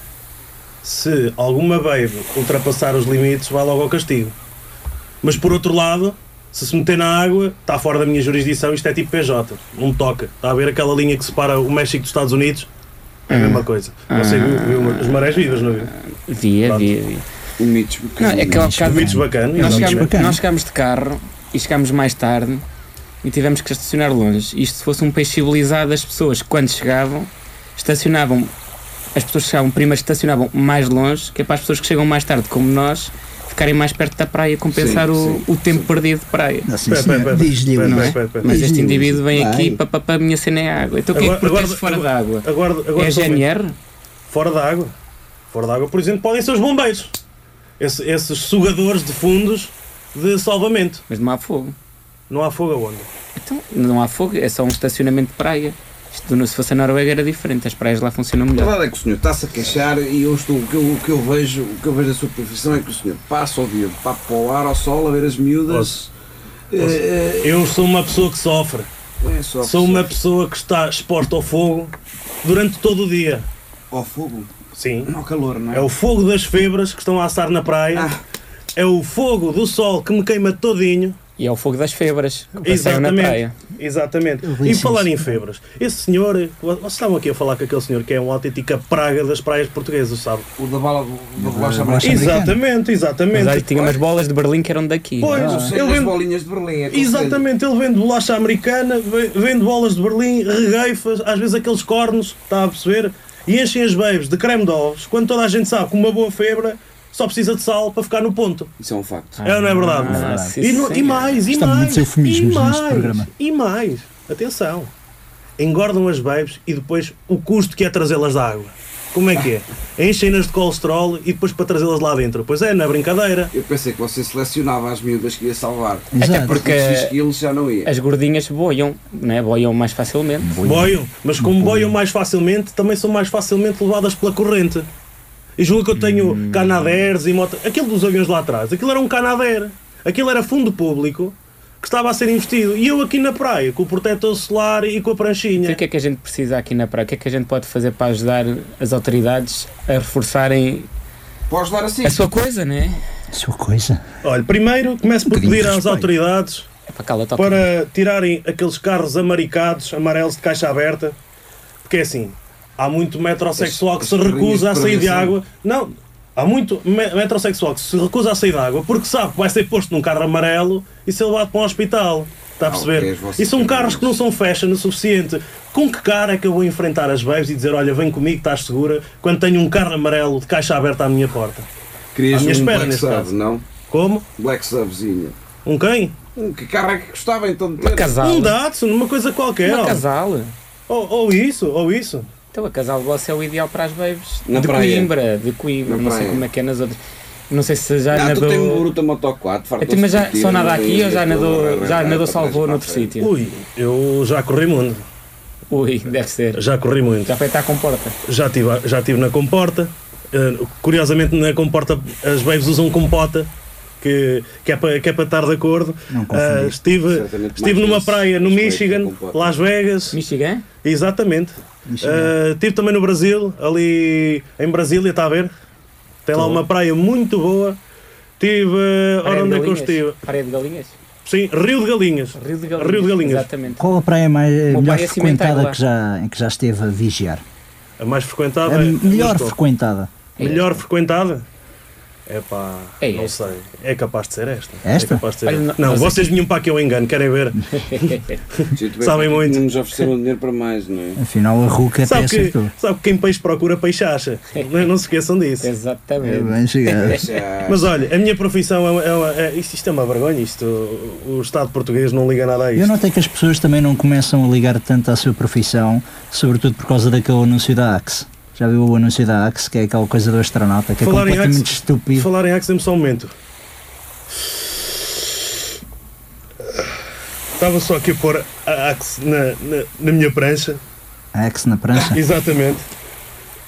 Speaker 9: Se alguma baby ultrapassar os limites, vai logo ao castigo. Mas por outro lado, se se meter na água, está fora da minha jurisdição, isto é tipo PJ, não me toca. Está a ver aquela linha que separa o México dos Estados Unidos? É a mesma
Speaker 3: Ah.
Speaker 9: coisa. Você viu, viu as marés vivas, não é? viu?
Speaker 3: Via,
Speaker 9: Pronto.
Speaker 3: via, via.
Speaker 8: Limites.
Speaker 3: Não, é que eu há bocado...
Speaker 9: Limites bacanas.
Speaker 3: Nós
Speaker 1: Limites
Speaker 3: chegámos,
Speaker 1: bacanas.
Speaker 3: nós chegámos de carro e chegámos mais tarde e tivemos que estacionar longe. Isto se fosse um país civilizado, as pessoas, quando chegavam, estacionavam. As pessoas que chegavam primeiro estacionavam mais longe, que é para as pessoas que chegam mais tarde, como nós, ficarem mais perto da praia, compensar
Speaker 8: Sim,
Speaker 3: o,
Speaker 8: sim,
Speaker 3: o tempo perdido de praia.
Speaker 1: Não, sim,
Speaker 9: Pera,
Speaker 1: senhor.
Speaker 9: pera, pera.
Speaker 1: Diz-lhe
Speaker 9: Pera,
Speaker 1: o-
Speaker 8: é?
Speaker 9: pera, pera, pera.
Speaker 3: Mas
Speaker 1: Diz-lhe
Speaker 3: este
Speaker 1: o-
Speaker 3: indivíduo vem
Speaker 1: Vai.
Speaker 3: aqui, papapá, a minha cena é água. Então o que é que
Speaker 9: Agora-
Speaker 3: protege
Speaker 9: agora-
Speaker 3: fora
Speaker 9: agora-
Speaker 3: da água?
Speaker 9: Agora, agora
Speaker 3: É a
Speaker 9: só- um
Speaker 3: GNR?
Speaker 9: Fora da água. Fora da água, por exemplo, podem ser os bombeiros. Esse- esses sugadores de fundos de salvamento.
Speaker 3: Mas não há fogo.
Speaker 9: Não há fogo aonde?
Speaker 3: Então, não há fogo, é só um estacionamento de praia. Isto, no- se fosse a Noruega era diferente, as praias lá funcionam
Speaker 8: A
Speaker 3: melhor.
Speaker 8: verdade é que o senhor está-se a queixar e eu estou, o, que eu, o que eu vejo, o que eu vejo da sua profissão é que o senhor passa o dia para, para o ar ao sol a ver as miúdas. É,
Speaker 9: Eu sou uma pessoa que sofre.
Speaker 8: é, é só
Speaker 9: Sou uma pessoa que está exposta ao fogo durante todo o dia.
Speaker 8: Ao fogo,
Speaker 9: Sim.
Speaker 8: não ao calor, não é?
Speaker 9: É o fogo das febras que estão a assar na praia.
Speaker 8: Ah.
Speaker 9: É o fogo do sol que me queima todinho.
Speaker 3: E é o fogo das febras, que passeiam na praia.
Speaker 9: Exatamente.
Speaker 1: Eu vi
Speaker 9: E
Speaker 1: isso,
Speaker 9: falar
Speaker 1: sim.
Speaker 9: em febras, esse senhor, vocês estavam aqui a falar com aquele senhor que é uma autêntica praga das praias portuguesas, sabe?
Speaker 8: O da bala do, da bolacha
Speaker 1: bolacha
Speaker 8: branca.
Speaker 1: americana.
Speaker 9: Exatamente,
Speaker 3: Mas olha,
Speaker 9: exatamente.
Speaker 3: tinha umas bolas de Berlim que eram daqui.
Speaker 9: Pois,
Speaker 8: Eu sei
Speaker 9: ele
Speaker 8: das
Speaker 9: vende,
Speaker 8: bolinhas de Berlim. é conselho.
Speaker 9: exatamente, ele vende bolacha americana, ve- vende bolas de Berlim, regueifas, às vezes aqueles cornos, está a perceber? E enchem as babes de creme de ovos, quando toda a gente sabe que uma boa febra só precisa de sal para ficar no ponto.
Speaker 8: Isso é um facto.
Speaker 9: É ou não é verdade?
Speaker 3: Ah,
Speaker 1: sim,
Speaker 9: e, no- e
Speaker 3: senhor.
Speaker 9: mais, e
Speaker 1: Estão
Speaker 9: mais.
Speaker 1: muitos eufemismos
Speaker 9: e mais,
Speaker 1: neste programa.
Speaker 9: E mais. Atenção. Engordam as babes e depois o custo que é trazê-las da água. Como é que é? Enchem-nas de colesterol e depois para trazê-las lá dentro. Pois é, não é brincadeira.
Speaker 8: Eu pensei que você selecionava as miúdas que ia salvar.
Speaker 1: Exato.
Speaker 8: Porque
Speaker 3: porque-
Speaker 8: os 6 quilos já não ia.
Speaker 3: As gordinhas boiam, né? boiam mais facilmente.
Speaker 9: Boiam, mas como boiam mais facilmente, também são mais facilmente levadas pela corrente. E julgo que eu tenho Canadairs e moto. Aquilo dos aviões lá atrás, aquilo era um Canadair. Aquilo era fundo público que estava a ser investido. E eu aqui na praia, com o protetor solar e com a
Speaker 3: Então,
Speaker 9: pranchinha.
Speaker 3: o que é que a gente precisa aqui na praia? O que é que a gente pode fazer para ajudar as autoridades a reforçarem
Speaker 8: Podes dar assim.
Speaker 3: a sua coisa, né?
Speaker 1: Sua coisa.
Speaker 9: Olha, primeiro começo por
Speaker 1: bocadinho de
Speaker 9: pedir às
Speaker 1: respeito.
Speaker 9: autoridades
Speaker 3: É para cala top.
Speaker 9: para tirarem aqueles carros amaricados, amarelos de caixa aberta, porque é assim, há muito metrosexual que
Speaker 8: As-
Speaker 9: se
Speaker 8: as
Speaker 9: recusa a
Speaker 8: perninhas de
Speaker 9: sair de
Speaker 8: prevenção.
Speaker 9: água. Não, há muito me- metrosexual que se recusa a sair de água porque sabe que vai ser posto num carro amarelo e ser levado para um hospital. Está a
Speaker 8: Ah, ok,
Speaker 9: perceber?
Speaker 8: as vossas
Speaker 9: e são carros que não são fashion o suficiente. Com que cara é que eu vou enfrentar as babes e dizer olha, vem comigo, estás segura, quando tenho um carro amarelo de caixa aberta à minha porta?
Speaker 8: Querias
Speaker 9: à minha
Speaker 8: um
Speaker 9: espera,
Speaker 8: Black
Speaker 9: neste
Speaker 8: Sub,
Speaker 9: caso.
Speaker 8: não?
Speaker 9: Como?
Speaker 8: Black Subzinho.
Speaker 9: Um quem?
Speaker 8: Hum, que carro é que gostava então de ter?
Speaker 3: Casal.
Speaker 9: Um Datsun, uma coisa qualquer.
Speaker 3: Uma
Speaker 9: ó.
Speaker 3: casal.
Speaker 9: Ou, ou isso, ou isso.
Speaker 3: Então a casal de você é o ideal para as babes.
Speaker 8: Na
Speaker 3: de
Speaker 8: praia.
Speaker 3: Coimbra, de Coimbra,
Speaker 8: Na
Speaker 3: não sei
Speaker 8: praia.
Speaker 3: como é que é nas outras. Não sei se já
Speaker 8: Ah, tu
Speaker 3: nadou.
Speaker 8: tens um bruto moto 4, fartou-se
Speaker 3: Então, mas já,
Speaker 8: de tiro,
Speaker 3: só nada aqui
Speaker 8: nariz,
Speaker 3: ou já
Speaker 8: aquilo, é
Speaker 3: nadou,
Speaker 8: arrancar
Speaker 3: já nadou
Speaker 8: para trás,
Speaker 3: salvou
Speaker 8: para
Speaker 3: noutro
Speaker 8: a frente.
Speaker 3: sítio?
Speaker 9: Ui, eu já corri muito.
Speaker 3: Ui, deve ser.
Speaker 9: Já corri muito.
Speaker 3: Já foi estar com porta.
Speaker 9: Já estive já tive na comporta. Eh, curiosamente, na comporta, as babes usam compota, que, que, é para, que é para estar de acordo.
Speaker 1: Não confundir.
Speaker 9: Eh, estive
Speaker 8: Certamente
Speaker 9: estive
Speaker 8: mais
Speaker 9: numa
Speaker 8: vezes
Speaker 9: praia no
Speaker 8: respeito à
Speaker 9: Michigan,
Speaker 8: compota.
Speaker 9: Las Vegas.
Speaker 3: Michigan?
Speaker 9: Exatamente.
Speaker 1: Michigan.
Speaker 9: Eh, estive também no Brasil, ali em Brasília, está a ver? Tem lá
Speaker 3: Tô.
Speaker 9: uma praia muito boa. Estive. eh,
Speaker 3: Praia
Speaker 9: Ora,
Speaker 3: de
Speaker 9: onde é que eu
Speaker 3: Galinhas?
Speaker 9: estive?
Speaker 3: Praia de Galinhas?
Speaker 9: Sim, Rio de Galinhas.
Speaker 3: Rio de Galinhas.
Speaker 9: Rio de Galinhas.
Speaker 3: Exatamente.
Speaker 1: Qual a praia mais,
Speaker 3: meu
Speaker 1: melhor
Speaker 3: pai é cimenteiro
Speaker 1: frequentada
Speaker 3: lá.
Speaker 1: que já, em que já esteve a vigiar?
Speaker 9: A mais frequentada.
Speaker 1: a
Speaker 9: é
Speaker 1: melhor
Speaker 9: Moscou.
Speaker 1: frequentada.
Speaker 3: É
Speaker 9: Melhor frequentada? É pá,
Speaker 3: É
Speaker 9: não
Speaker 3: esta.
Speaker 9: sei. É capaz de ser esta.
Speaker 1: Esta?
Speaker 9: É capaz de ser
Speaker 3: Olha,
Speaker 9: esta.
Speaker 3: não-
Speaker 9: Não,
Speaker 3: mas
Speaker 9: vocês vinham para que eu engano, querem ver?
Speaker 8: Sinto bem
Speaker 9: Sabem
Speaker 8: que
Speaker 9: muito.
Speaker 8: Não nos ofereceram dinheiro para mais, não é?
Speaker 1: Afinal, a Ruca até
Speaker 9: Sabe que,
Speaker 1: acertou.
Speaker 9: sabe que quem peixe procura, peixe acha. não, não se esqueçam disso.
Speaker 1: É
Speaker 3: Exatamente.
Speaker 1: bem chegado.
Speaker 8: Já-
Speaker 9: Mas olha, a minha profissão é, uma- é, uma- é- isto, isto é uma vergonha, isto, o, o Estado português não liga nada a
Speaker 1: Eu
Speaker 9: isto.
Speaker 1: notei que as pessoas também não começam a ligar tanto à sua profissão, sobretudo por causa daquele anúncio da Axe. Já viu o anúncio da Axe, que é aquela coisa do astronauta, que é
Speaker 9: Falar em
Speaker 1: completamente
Speaker 9: Axe-
Speaker 1: estúpido.
Speaker 9: Falar em Axe, dê-me só um momento. Estava só aqui a pôr a axe na, na, na minha prancha.
Speaker 1: A axe na prancha?
Speaker 9: Exatamente.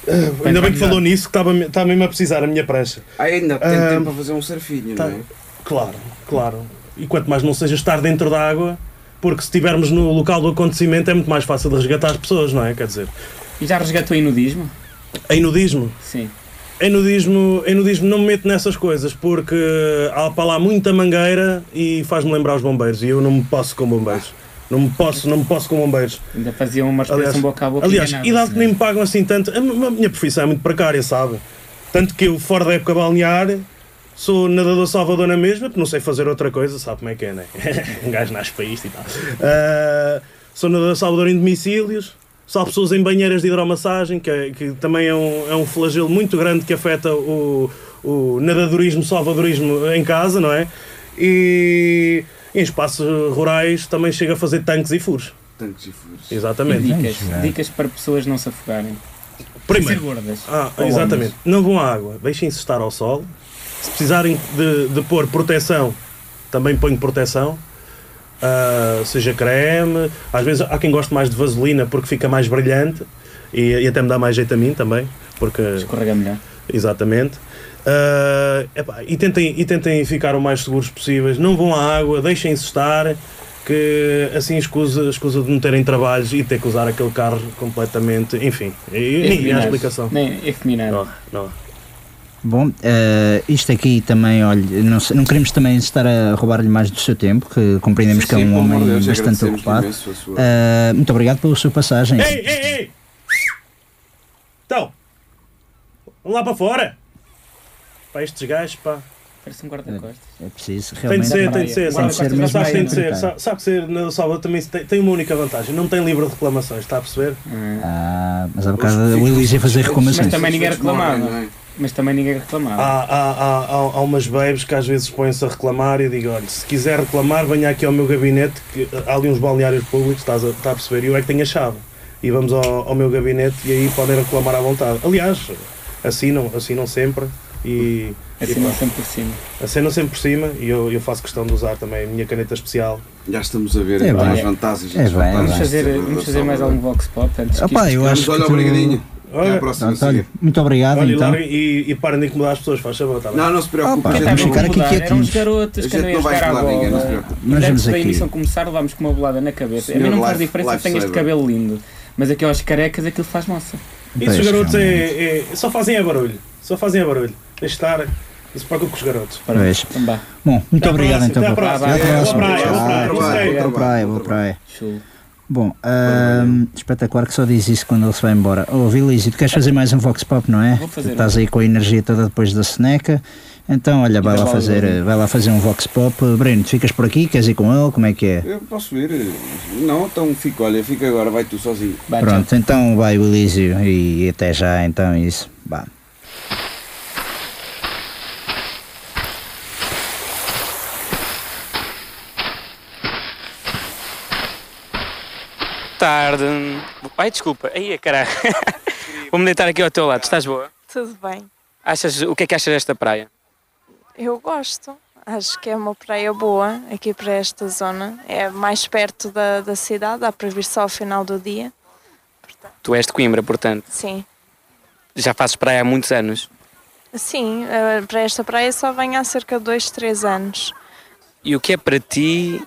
Speaker 9: Ah, ainda bem que falou nisso, que estava, me- estava mesmo a precisar a minha prancha.
Speaker 8: Ainda tem
Speaker 9: Ah,
Speaker 8: tempo para fazer um surfinho,
Speaker 9: tá.
Speaker 8: não é?
Speaker 9: Claro, claro. E quanto mais não seja estar dentro da água, porque se estivermos no local do acontecimento é muito mais fácil de resgatar as pessoas, não é? Quer dizer,
Speaker 3: E já resgatou aí nudismo?
Speaker 9: em nudismo,
Speaker 3: Sim.
Speaker 9: em nudismo, em nudismo não me meto nessas coisas, porque há para lá muita mangueira e faz-me lembrar os bombeiros. E eu não me posso com bombeiros. Não me posso, não me posso com bombeiros.
Speaker 3: Ainda faziam uma
Speaker 9: Aliás,
Speaker 3: respiração boca é a boca.
Speaker 9: Aliás,
Speaker 3: e
Speaker 9: idade
Speaker 3: enganavam-se,
Speaker 9: que nem me pagam assim tanto. A m- a minha profissão é muito precária, sabe? Tanto que eu, fora da época balnear, sou nadador salvador na mesma, porque não sei fazer outra coisa, sabe como é que é, né? um gajo nasce para isto e tal. Ah, sou nadador salvador em domicílios, salvo pessoas em banheiras de hidromassagem, que, é- que também é um, é um flagelo muito grande que afeta o, o nadadorismo, salvadorismo em casa, não é? E em espaços rurais também chega a fazer tanques e furos.
Speaker 8: Tanques e furos.
Speaker 3: E
Speaker 9: Exatamente.
Speaker 3: dicas,
Speaker 1: Vamos ver.
Speaker 3: dicas para pessoas não se afogarem.
Speaker 9: Primeiro,
Speaker 3: Ser gordas.
Speaker 9: Ah,
Speaker 3: Ou
Speaker 9: exatamente. Não vão à água, deixem-se estar ao sol. Se precisarem de, de pôr proteção, também ponho proteção. Ah, seja creme, às vezes há quem goste mais de vaselina porque fica mais brilhante e, e até me dá mais jeito a mim também, porque
Speaker 3: homens. Escorrega melhor.
Speaker 9: Exatamente. Ah, epá, e, tentem, e tentem ficar o mais seguros possíveis. Não vão à água, deixem-se estar, que assim escusa, escusa de não terem trabalhos e ter que usar aquele carro completamente. Enfim, e, nem- nem há
Speaker 3: Efeminados.
Speaker 9: explicação. Ah.
Speaker 3: Nem efeminado.
Speaker 9: Não, não.
Speaker 1: Bom, eh, isto aqui também, olha, não, sei- não queremos também estar a roubar-lhe mais do seu tempo, que compreendemos que é um homem bastante ocupado. Eh, muito obrigado pela sua passagem.
Speaker 9: Ei, ei, ei! Então, vamos lá para fora! Para estes gajos, pá.
Speaker 3: Parece um guarda-costas.
Speaker 1: É preciso,
Speaker 9: Tem de
Speaker 1: realmente.
Speaker 9: ser, tem
Speaker 3: praia.
Speaker 9: de ser,
Speaker 1: Tem
Speaker 9: sabe?
Speaker 1: de ser
Speaker 9: Mas
Speaker 1: mesmo
Speaker 9: sabes,
Speaker 1: praia,
Speaker 9: tem de
Speaker 1: não é?
Speaker 9: ser.
Speaker 1: tem?
Speaker 9: Sa- Sabe que ser na Salva também se tem, tem uma única vantagem: não tem livro de reclamações, está a perceber?
Speaker 1: É. Ah, mas há bocado o Elis ia fazer
Speaker 3: Mas
Speaker 1: recomendações.
Speaker 3: também ninguém reclamava.
Speaker 8: Morrem, não é?
Speaker 3: Mas também ninguém reclamava.
Speaker 9: Há, há, há, há, há umas babes que às vezes põem-se a reclamar e eu digo: olha, se quiser reclamar, venha aqui ao meu gabinete, que há ali uns balneários públicos, estás a, está a perceber? E eu é que tenho a chave. E vamos ao, ao meu gabinete e aí podem reclamar à vontade. Aliás, assinam, assinam sempre e.
Speaker 3: assim
Speaker 9: e
Speaker 3: não
Speaker 9: pá,
Speaker 3: sempre por cima.
Speaker 9: assinam sempre por cima e eu, eu faço questão de usar também a minha caneta especial.
Speaker 8: Já estamos a ver
Speaker 1: É
Speaker 8: as
Speaker 1: bem.
Speaker 8: vantagens.
Speaker 1: É
Speaker 8: as
Speaker 1: bem,
Speaker 8: vantagens
Speaker 1: é
Speaker 3: Vamos fazer,
Speaker 8: de ser
Speaker 3: vamos fazer
Speaker 8: Salvador.
Speaker 1: um
Speaker 3: mais algum vox pop antes que
Speaker 1: Opa,
Speaker 3: isto-
Speaker 1: eu
Speaker 8: Vamos,
Speaker 1: acho que.
Speaker 8: olha,
Speaker 1: tu-
Speaker 8: obrigadinho. Até à
Speaker 9: Olha,
Speaker 8: próxima.
Speaker 1: Pronto, olha,
Speaker 8: sim.
Speaker 1: muito obrigado
Speaker 9: Olha, e
Speaker 1: então.
Speaker 9: larguem- e, e parem de incomodar as pessoas, faz favor, está bem?
Speaker 8: Não, não se preocupe.
Speaker 1: Opa, um
Speaker 8: a gente
Speaker 1: Vamos
Speaker 3: Tentavam
Speaker 1: ficar
Speaker 8: não-
Speaker 1: aqui
Speaker 3: incomodar, Eram
Speaker 1: quietinhos.
Speaker 3: uns garotos que
Speaker 8: A
Speaker 3: não
Speaker 8: gente
Speaker 3: iam
Speaker 8: não vai
Speaker 3: jogar à
Speaker 8: incomodar
Speaker 3: bola.
Speaker 8: ninguém, não se preocupe.
Speaker 1: Nós
Speaker 3: Antes
Speaker 1: vamos
Speaker 3: da
Speaker 1: aqui.
Speaker 3: emissão começar, levámos com uma bolada na cabeça. a
Speaker 8: Senhor
Speaker 3: mim não faz
Speaker 8: life-
Speaker 3: diferença se tenhas de
Speaker 8: lifesaver.
Speaker 3: cabelo lindo. Mas aqui aos carecas aquilo faz moça.
Speaker 9: Isso os
Speaker 1: Pois,
Speaker 9: garotos
Speaker 1: realmente.
Speaker 9: é, é- só fazem é barulho. Só fazem é barulho. Deixa estar. Não se preocupe com os garotos.
Speaker 1: Pois.
Speaker 3: Então vá,
Speaker 1: Bom, muito
Speaker 9: Até à
Speaker 1: obrigado
Speaker 9: próxima,
Speaker 1: então.
Speaker 9: até à
Speaker 1: pela-
Speaker 3: próxima.
Speaker 1: Até à
Speaker 9: Boa praia, boa praia.
Speaker 1: Boa praia, boa praia, boa praia.
Speaker 3: chulo.
Speaker 1: Bom, ahm, espetacular que só diz isso quando ele se vai embora. Ô, Vilísio, tu queres fazer mais um Vox Pop, não é?
Speaker 3: Vou fazer
Speaker 1: Tu Estás aí com a energia toda depois da Seneca. Então, olha, vai
Speaker 3: da
Speaker 1: lá,
Speaker 3: bola,
Speaker 1: fazer,
Speaker 3: né?
Speaker 1: vai lá fazer um Vox Pop. Breno, tu ficas por aqui? Queres ir com ele? Como é que é?
Speaker 8: Eu posso ir? Não, então fica, olha, fica agora, vai tu sozinho.
Speaker 3: Vai, tchau.
Speaker 1: Pronto, então vai o Elísio e até já, então isso. Vá.
Speaker 7: Tarde. Ai, desculpa. Aí é caralho. Vou-me deitar aqui ao teu lado. Estás boa?
Speaker 10: Tudo bem.
Speaker 7: Achas, o que é que achas desta praia?
Speaker 10: Eu gosto. Acho que é uma praia boa aqui para esta zona. É mais perto da, da cidade, dá para vir só ao final do dia.
Speaker 7: Tu és de Coimbra, portanto.
Speaker 10: Sim.
Speaker 7: Já fazes praia há muitos anos.
Speaker 10: Sim, eh, para esta praia só venho há cerca de 2, 3 anos.
Speaker 7: E o que é para ti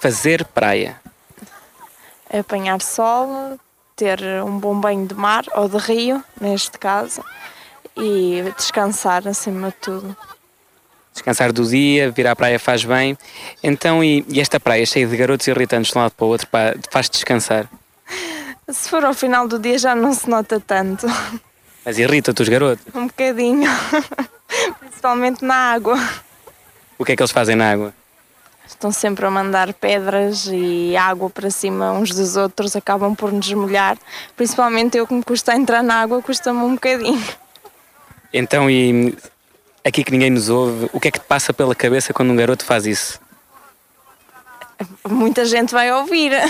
Speaker 7: fazer praia?
Speaker 10: Apanhar sol, ter um bom banho de mar, ou de rio, neste caso, e descansar acima de tudo.
Speaker 7: Descansar do dia, vir à praia faz bem. Então, e, e esta praia cheia de garotos irritantes de um lado para o outro, pá, faz-te descansar.
Speaker 10: Se for ao final do dia já não se nota tanto.
Speaker 7: Mas irrita-te os garotos.
Speaker 10: Um bocadinho. Principalmente na água.
Speaker 7: O que é que eles fazem na água?
Speaker 10: Estão sempre a mandar pedras e água para cima uns dos outros, acabam por nos molhar. Principalmente eu que me custa entrar na água, custa-me um bocadinho.
Speaker 7: Então, e aqui que ninguém nos ouve, o que é que te passa pela cabeça quando um garoto faz isso?
Speaker 10: Muita gente vai ouvir.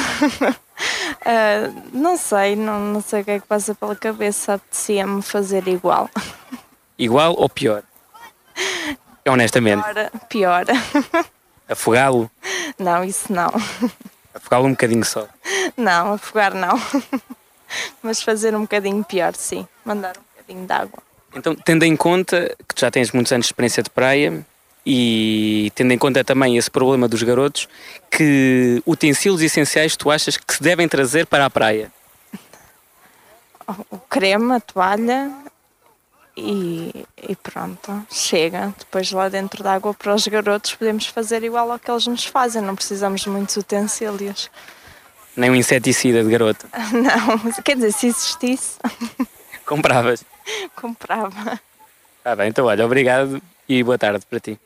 Speaker 10: Ah, não sei, não, não sei o que é que passa pela cabeça, apetecia-me fazer igual.
Speaker 7: Igual ou pior? Honestamente,
Speaker 10: Ora, pior.
Speaker 7: afogá-lo?
Speaker 10: Não, isso não.
Speaker 3: Afogá-lo um bocadinho só.
Speaker 10: Não, afogar não. Mas fazer um bocadinho pior, sim. Mandar um bocadinho de água.
Speaker 3: Então, tendo em conta que tu já tens muitos anos de experiência de praia e tendo em conta também esse problema dos garotos, que utensílios essenciais tu achas que se devem trazer para a praia?
Speaker 10: O creme, a toalha e, e pronto, chega. Depois lá dentro da água para os garotos podemos fazer igual ao que eles nos fazem, não precisamos de muitos utensílios.
Speaker 3: Nem um inseticida de garoto.
Speaker 10: Não, quer dizer, se existisse,
Speaker 3: Compravas.
Speaker 10: comprava.
Speaker 3: Ah, bem, então olha, obrigado e boa tarde para ti.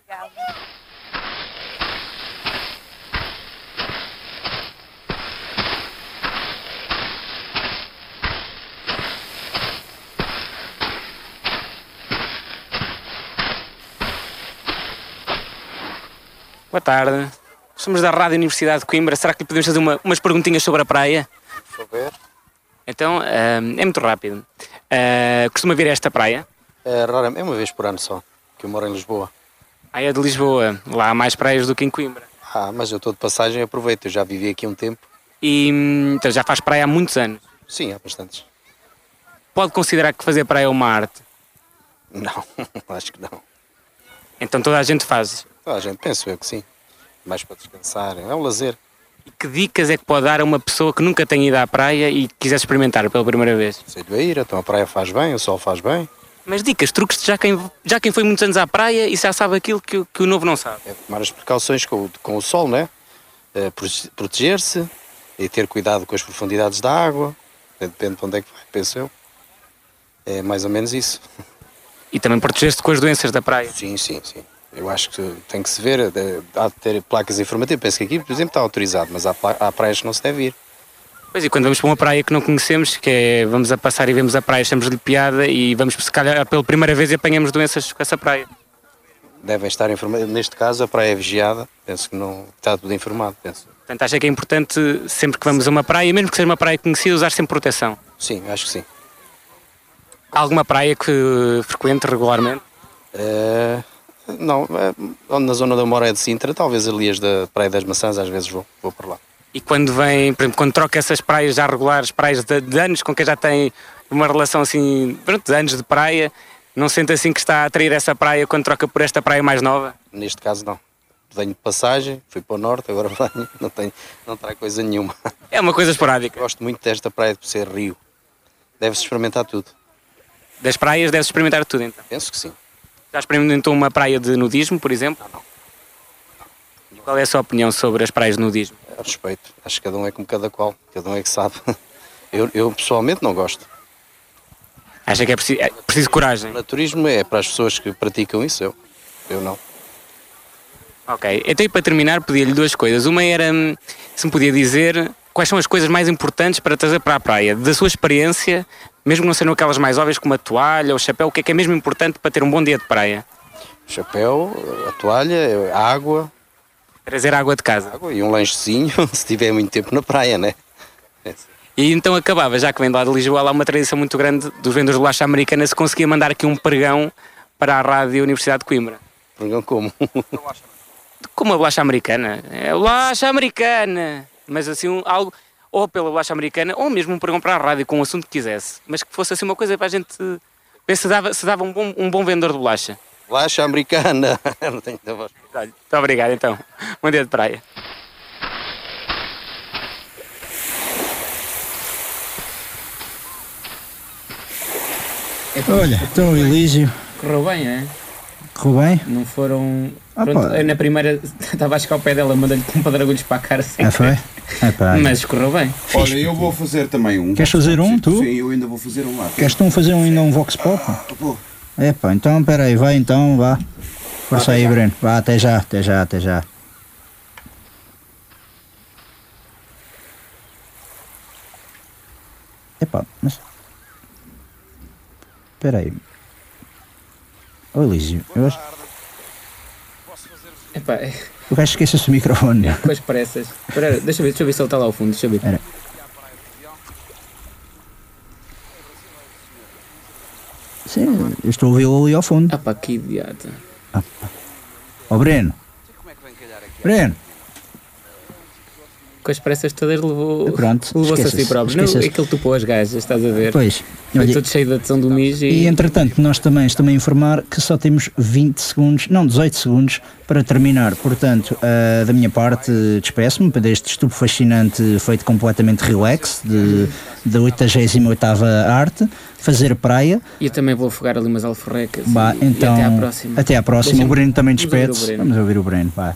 Speaker 3: Boa tarde. Somos da Rádio Universidade de Coimbra. Será que lhe podemos fazer uma- umas perguntinhas sobre a praia?
Speaker 7: Por favor.
Speaker 3: Então, ahm, é muito rápido. Ah, costuma vir a esta praia?
Speaker 7: É, rara- é uma vez por ano só, que eu moro em Lisboa.
Speaker 3: Ah, é de Lisboa. Lá há mais praias do que em Coimbra.
Speaker 7: Ah, mas eu estou de passagem e aproveito. Eu já vivi aqui um tempo.
Speaker 3: E hum, então, já faz praia há muitos anos.
Speaker 7: Sim, há bastantes.
Speaker 3: Pode considerar que fazer praia é uma arte?
Speaker 7: Não, acho que não.
Speaker 3: Então toda a gente faz.
Speaker 7: Ah, gente, penso eu que sim. Mais para descansar. É um lazer.
Speaker 3: E que dicas é que pode dar a uma pessoa que nunca tenha ido à praia e quiser experimentar pela primeira vez?
Speaker 7: Sei de beira, então a praia faz bem, o sol faz bem.
Speaker 3: Mas dicas, truques de já quem, já quem foi muitos anos à praia e já sabe aquilo que, o- que o novo não sabe.
Speaker 7: É tomar as precauções com, o- com o sol, né? Eh, prote- Proteger-se e ter cuidado com as profundidades da água. Depende de onde é que vai, penso eu. É mais ou menos isso.
Speaker 3: E também proteger-se com as doenças da praia.
Speaker 7: Sim, sim, sim. Eu acho que tem que se ver, eh, há de ter placas informativas. Penso que aqui, por exemplo, está autorizado, mas há, pla- há praias que não se deve ir.
Speaker 3: Pois e quando vamos para uma praia que não conhecemos, que é vamos a passar e vemos a praia, estamos-lhe piada e vamos se calhar pela primeira vez e apanhamos doenças com essa praia.
Speaker 7: Devem estar informados. Neste caso, a praia é vigiada. Penso que não está tudo informado. Penso.
Speaker 3: Portanto, acha que é importante sempre que vamos a uma praia, mesmo que seja uma praia conhecida, usar sempre proteção.
Speaker 7: Sim, acho que sim.
Speaker 3: Há alguma praia que eh, frequente regularmente?
Speaker 7: Eh, não, eh, onde na zona da Mora é de Sintra, talvez ali as da Praia das Maçãs, às vezes vou, vou por lá.
Speaker 3: E quando vem, por exemplo, quando troca essas praias já regulares, praias de, de anos com quem já tem uma relação assim, pronto, de anos de praia, não sente assim que está a atrair essa praia quando troca por esta praia mais nova?
Speaker 7: Neste caso, não. Venho de passagem, fui para o norte, agora venho, não, tenho, não trago coisa nenhuma.
Speaker 3: É uma coisa esporádica.
Speaker 7: Gosto muito desta praia de ser Rio. Deve-se experimentar tudo.
Speaker 3: Das praias deve experimentar tudo então.
Speaker 7: Penso que sim.
Speaker 3: Já experimentou uma praia de nudismo, por exemplo? E Qual é a sua opinião sobre as praias de nudismo?
Speaker 7: A respeito. Acho que cada um é como cada qual. Cada um é que sabe. Eu, eu pessoalmente não gosto.
Speaker 3: Acha que é preciso, é preciso coragem?
Speaker 7: O turismo é para as pessoas que praticam isso, eu. Eu não.
Speaker 3: Ok, então e para terminar pedia-lhe duas coisas. Uma era hum, se me podia dizer quais são as coisas mais importantes para trazer para a praia, da sua experiência, mesmo que não sejam aquelas mais óbvias como a toalha ou o chapéu, o que é que é mesmo importante para ter um bom dia de praia?
Speaker 7: Chapéu, a toalha, a água,
Speaker 3: Trazer água de casa.
Speaker 7: água e um lanchezinho, se tiver muito tempo na praia, né?
Speaker 3: E então acabava, já que vem de lá de Lisboa, lá uma tradição muito grande dos vendedores de bolacha americana, se conseguia mandar aqui um pregão para a Rádio Universidade de Coimbra.
Speaker 7: Perguntam como.
Speaker 3: Como a bolacha americana. É bolacha americana! Mas assim, um- algo. Ou pela bolacha americana, ou mesmo um pregão para a rádio com o assunto que quisesse. Mas que fosse assim uma coisa para a gente. Ver se dava, se dava um, bom, um bom vendedor de bolacha.
Speaker 7: Lacha americana. Não tenho muita voz.
Speaker 3: Olha, Muito obrigado então. Bom dia de praia.
Speaker 9: É
Speaker 1: Olha, então Elísio,
Speaker 11: Correu bem, é?
Speaker 1: correu bem?
Speaker 11: Não foram.
Speaker 1: Ah,
Speaker 11: Pronto,
Speaker 1: pá.
Speaker 9: é-
Speaker 11: eu na primeira estava a chegar ao pé dela, mandei-lhe um padragulhos para a cara assim. sem
Speaker 1: Ah, foi?
Speaker 11: querer.
Speaker 1: É pá,
Speaker 11: Mas correu bem.
Speaker 2: Olha, eu vou fazer também um.
Speaker 1: Queres fazer um, tu?
Speaker 2: Sim, eu ainda vou fazer um lá.
Speaker 1: queres tu fazer um, ainda um vox pop?
Speaker 12: Ah,
Speaker 2: Vou.
Speaker 1: É pá, então peraí, vai então, vá. Força aí, Breno. Vá, até já, até já, até já. Epá, mas. Peraí. Ô Elísio, eu acho,
Speaker 11: Epá, é,
Speaker 1: eu acho que esqueceste o microfone.
Speaker 12: É.
Speaker 11: com as pressas. Espera, aí, deixa eu ver, deixa eu ver se ele
Speaker 3: tá
Speaker 11: está lá ao fundo, deixa eu ver.
Speaker 1: Era. Sim, eu estou a ouvi-lo ali ao fundo.
Speaker 11: Ah pá, que idiota.
Speaker 1: Ó Breno,
Speaker 12: Como é que vem calhar aqui?
Speaker 1: Breno,
Speaker 3: com as pressas todas levou,
Speaker 1: Ah, Pronto,
Speaker 3: levou-se a si
Speaker 1: esqueça-se,
Speaker 3: próprio. Não,
Speaker 1: esqueça-se.
Speaker 3: aquilo que tu pôs, gajas, estás a ver?
Speaker 1: Pois.
Speaker 3: Foi
Speaker 12: Então,
Speaker 1: Olha,
Speaker 3: todo cheio da ação do Mijo
Speaker 1: E
Speaker 3: e,
Speaker 1: entretanto, nós também estamos a informar que só temos 20 segundos, não, 18 segundos para terminar. Portanto, ah, da minha parte, despeço-me para este estudo fascinante feito completamente relax, de, da 88 arte, fazer praia.
Speaker 3: e eu também vou afogar ali umas alforrecas.
Speaker 1: Bah,
Speaker 3: e, e
Speaker 1: então,
Speaker 3: até à próxima.
Speaker 1: até à próxima.
Speaker 3: Deixa-me-
Speaker 1: O Breno também
Speaker 3: vamos ouvir o
Speaker 1: despede.
Speaker 3: Breno.
Speaker 1: Vamos ouvir o Breno. Vá.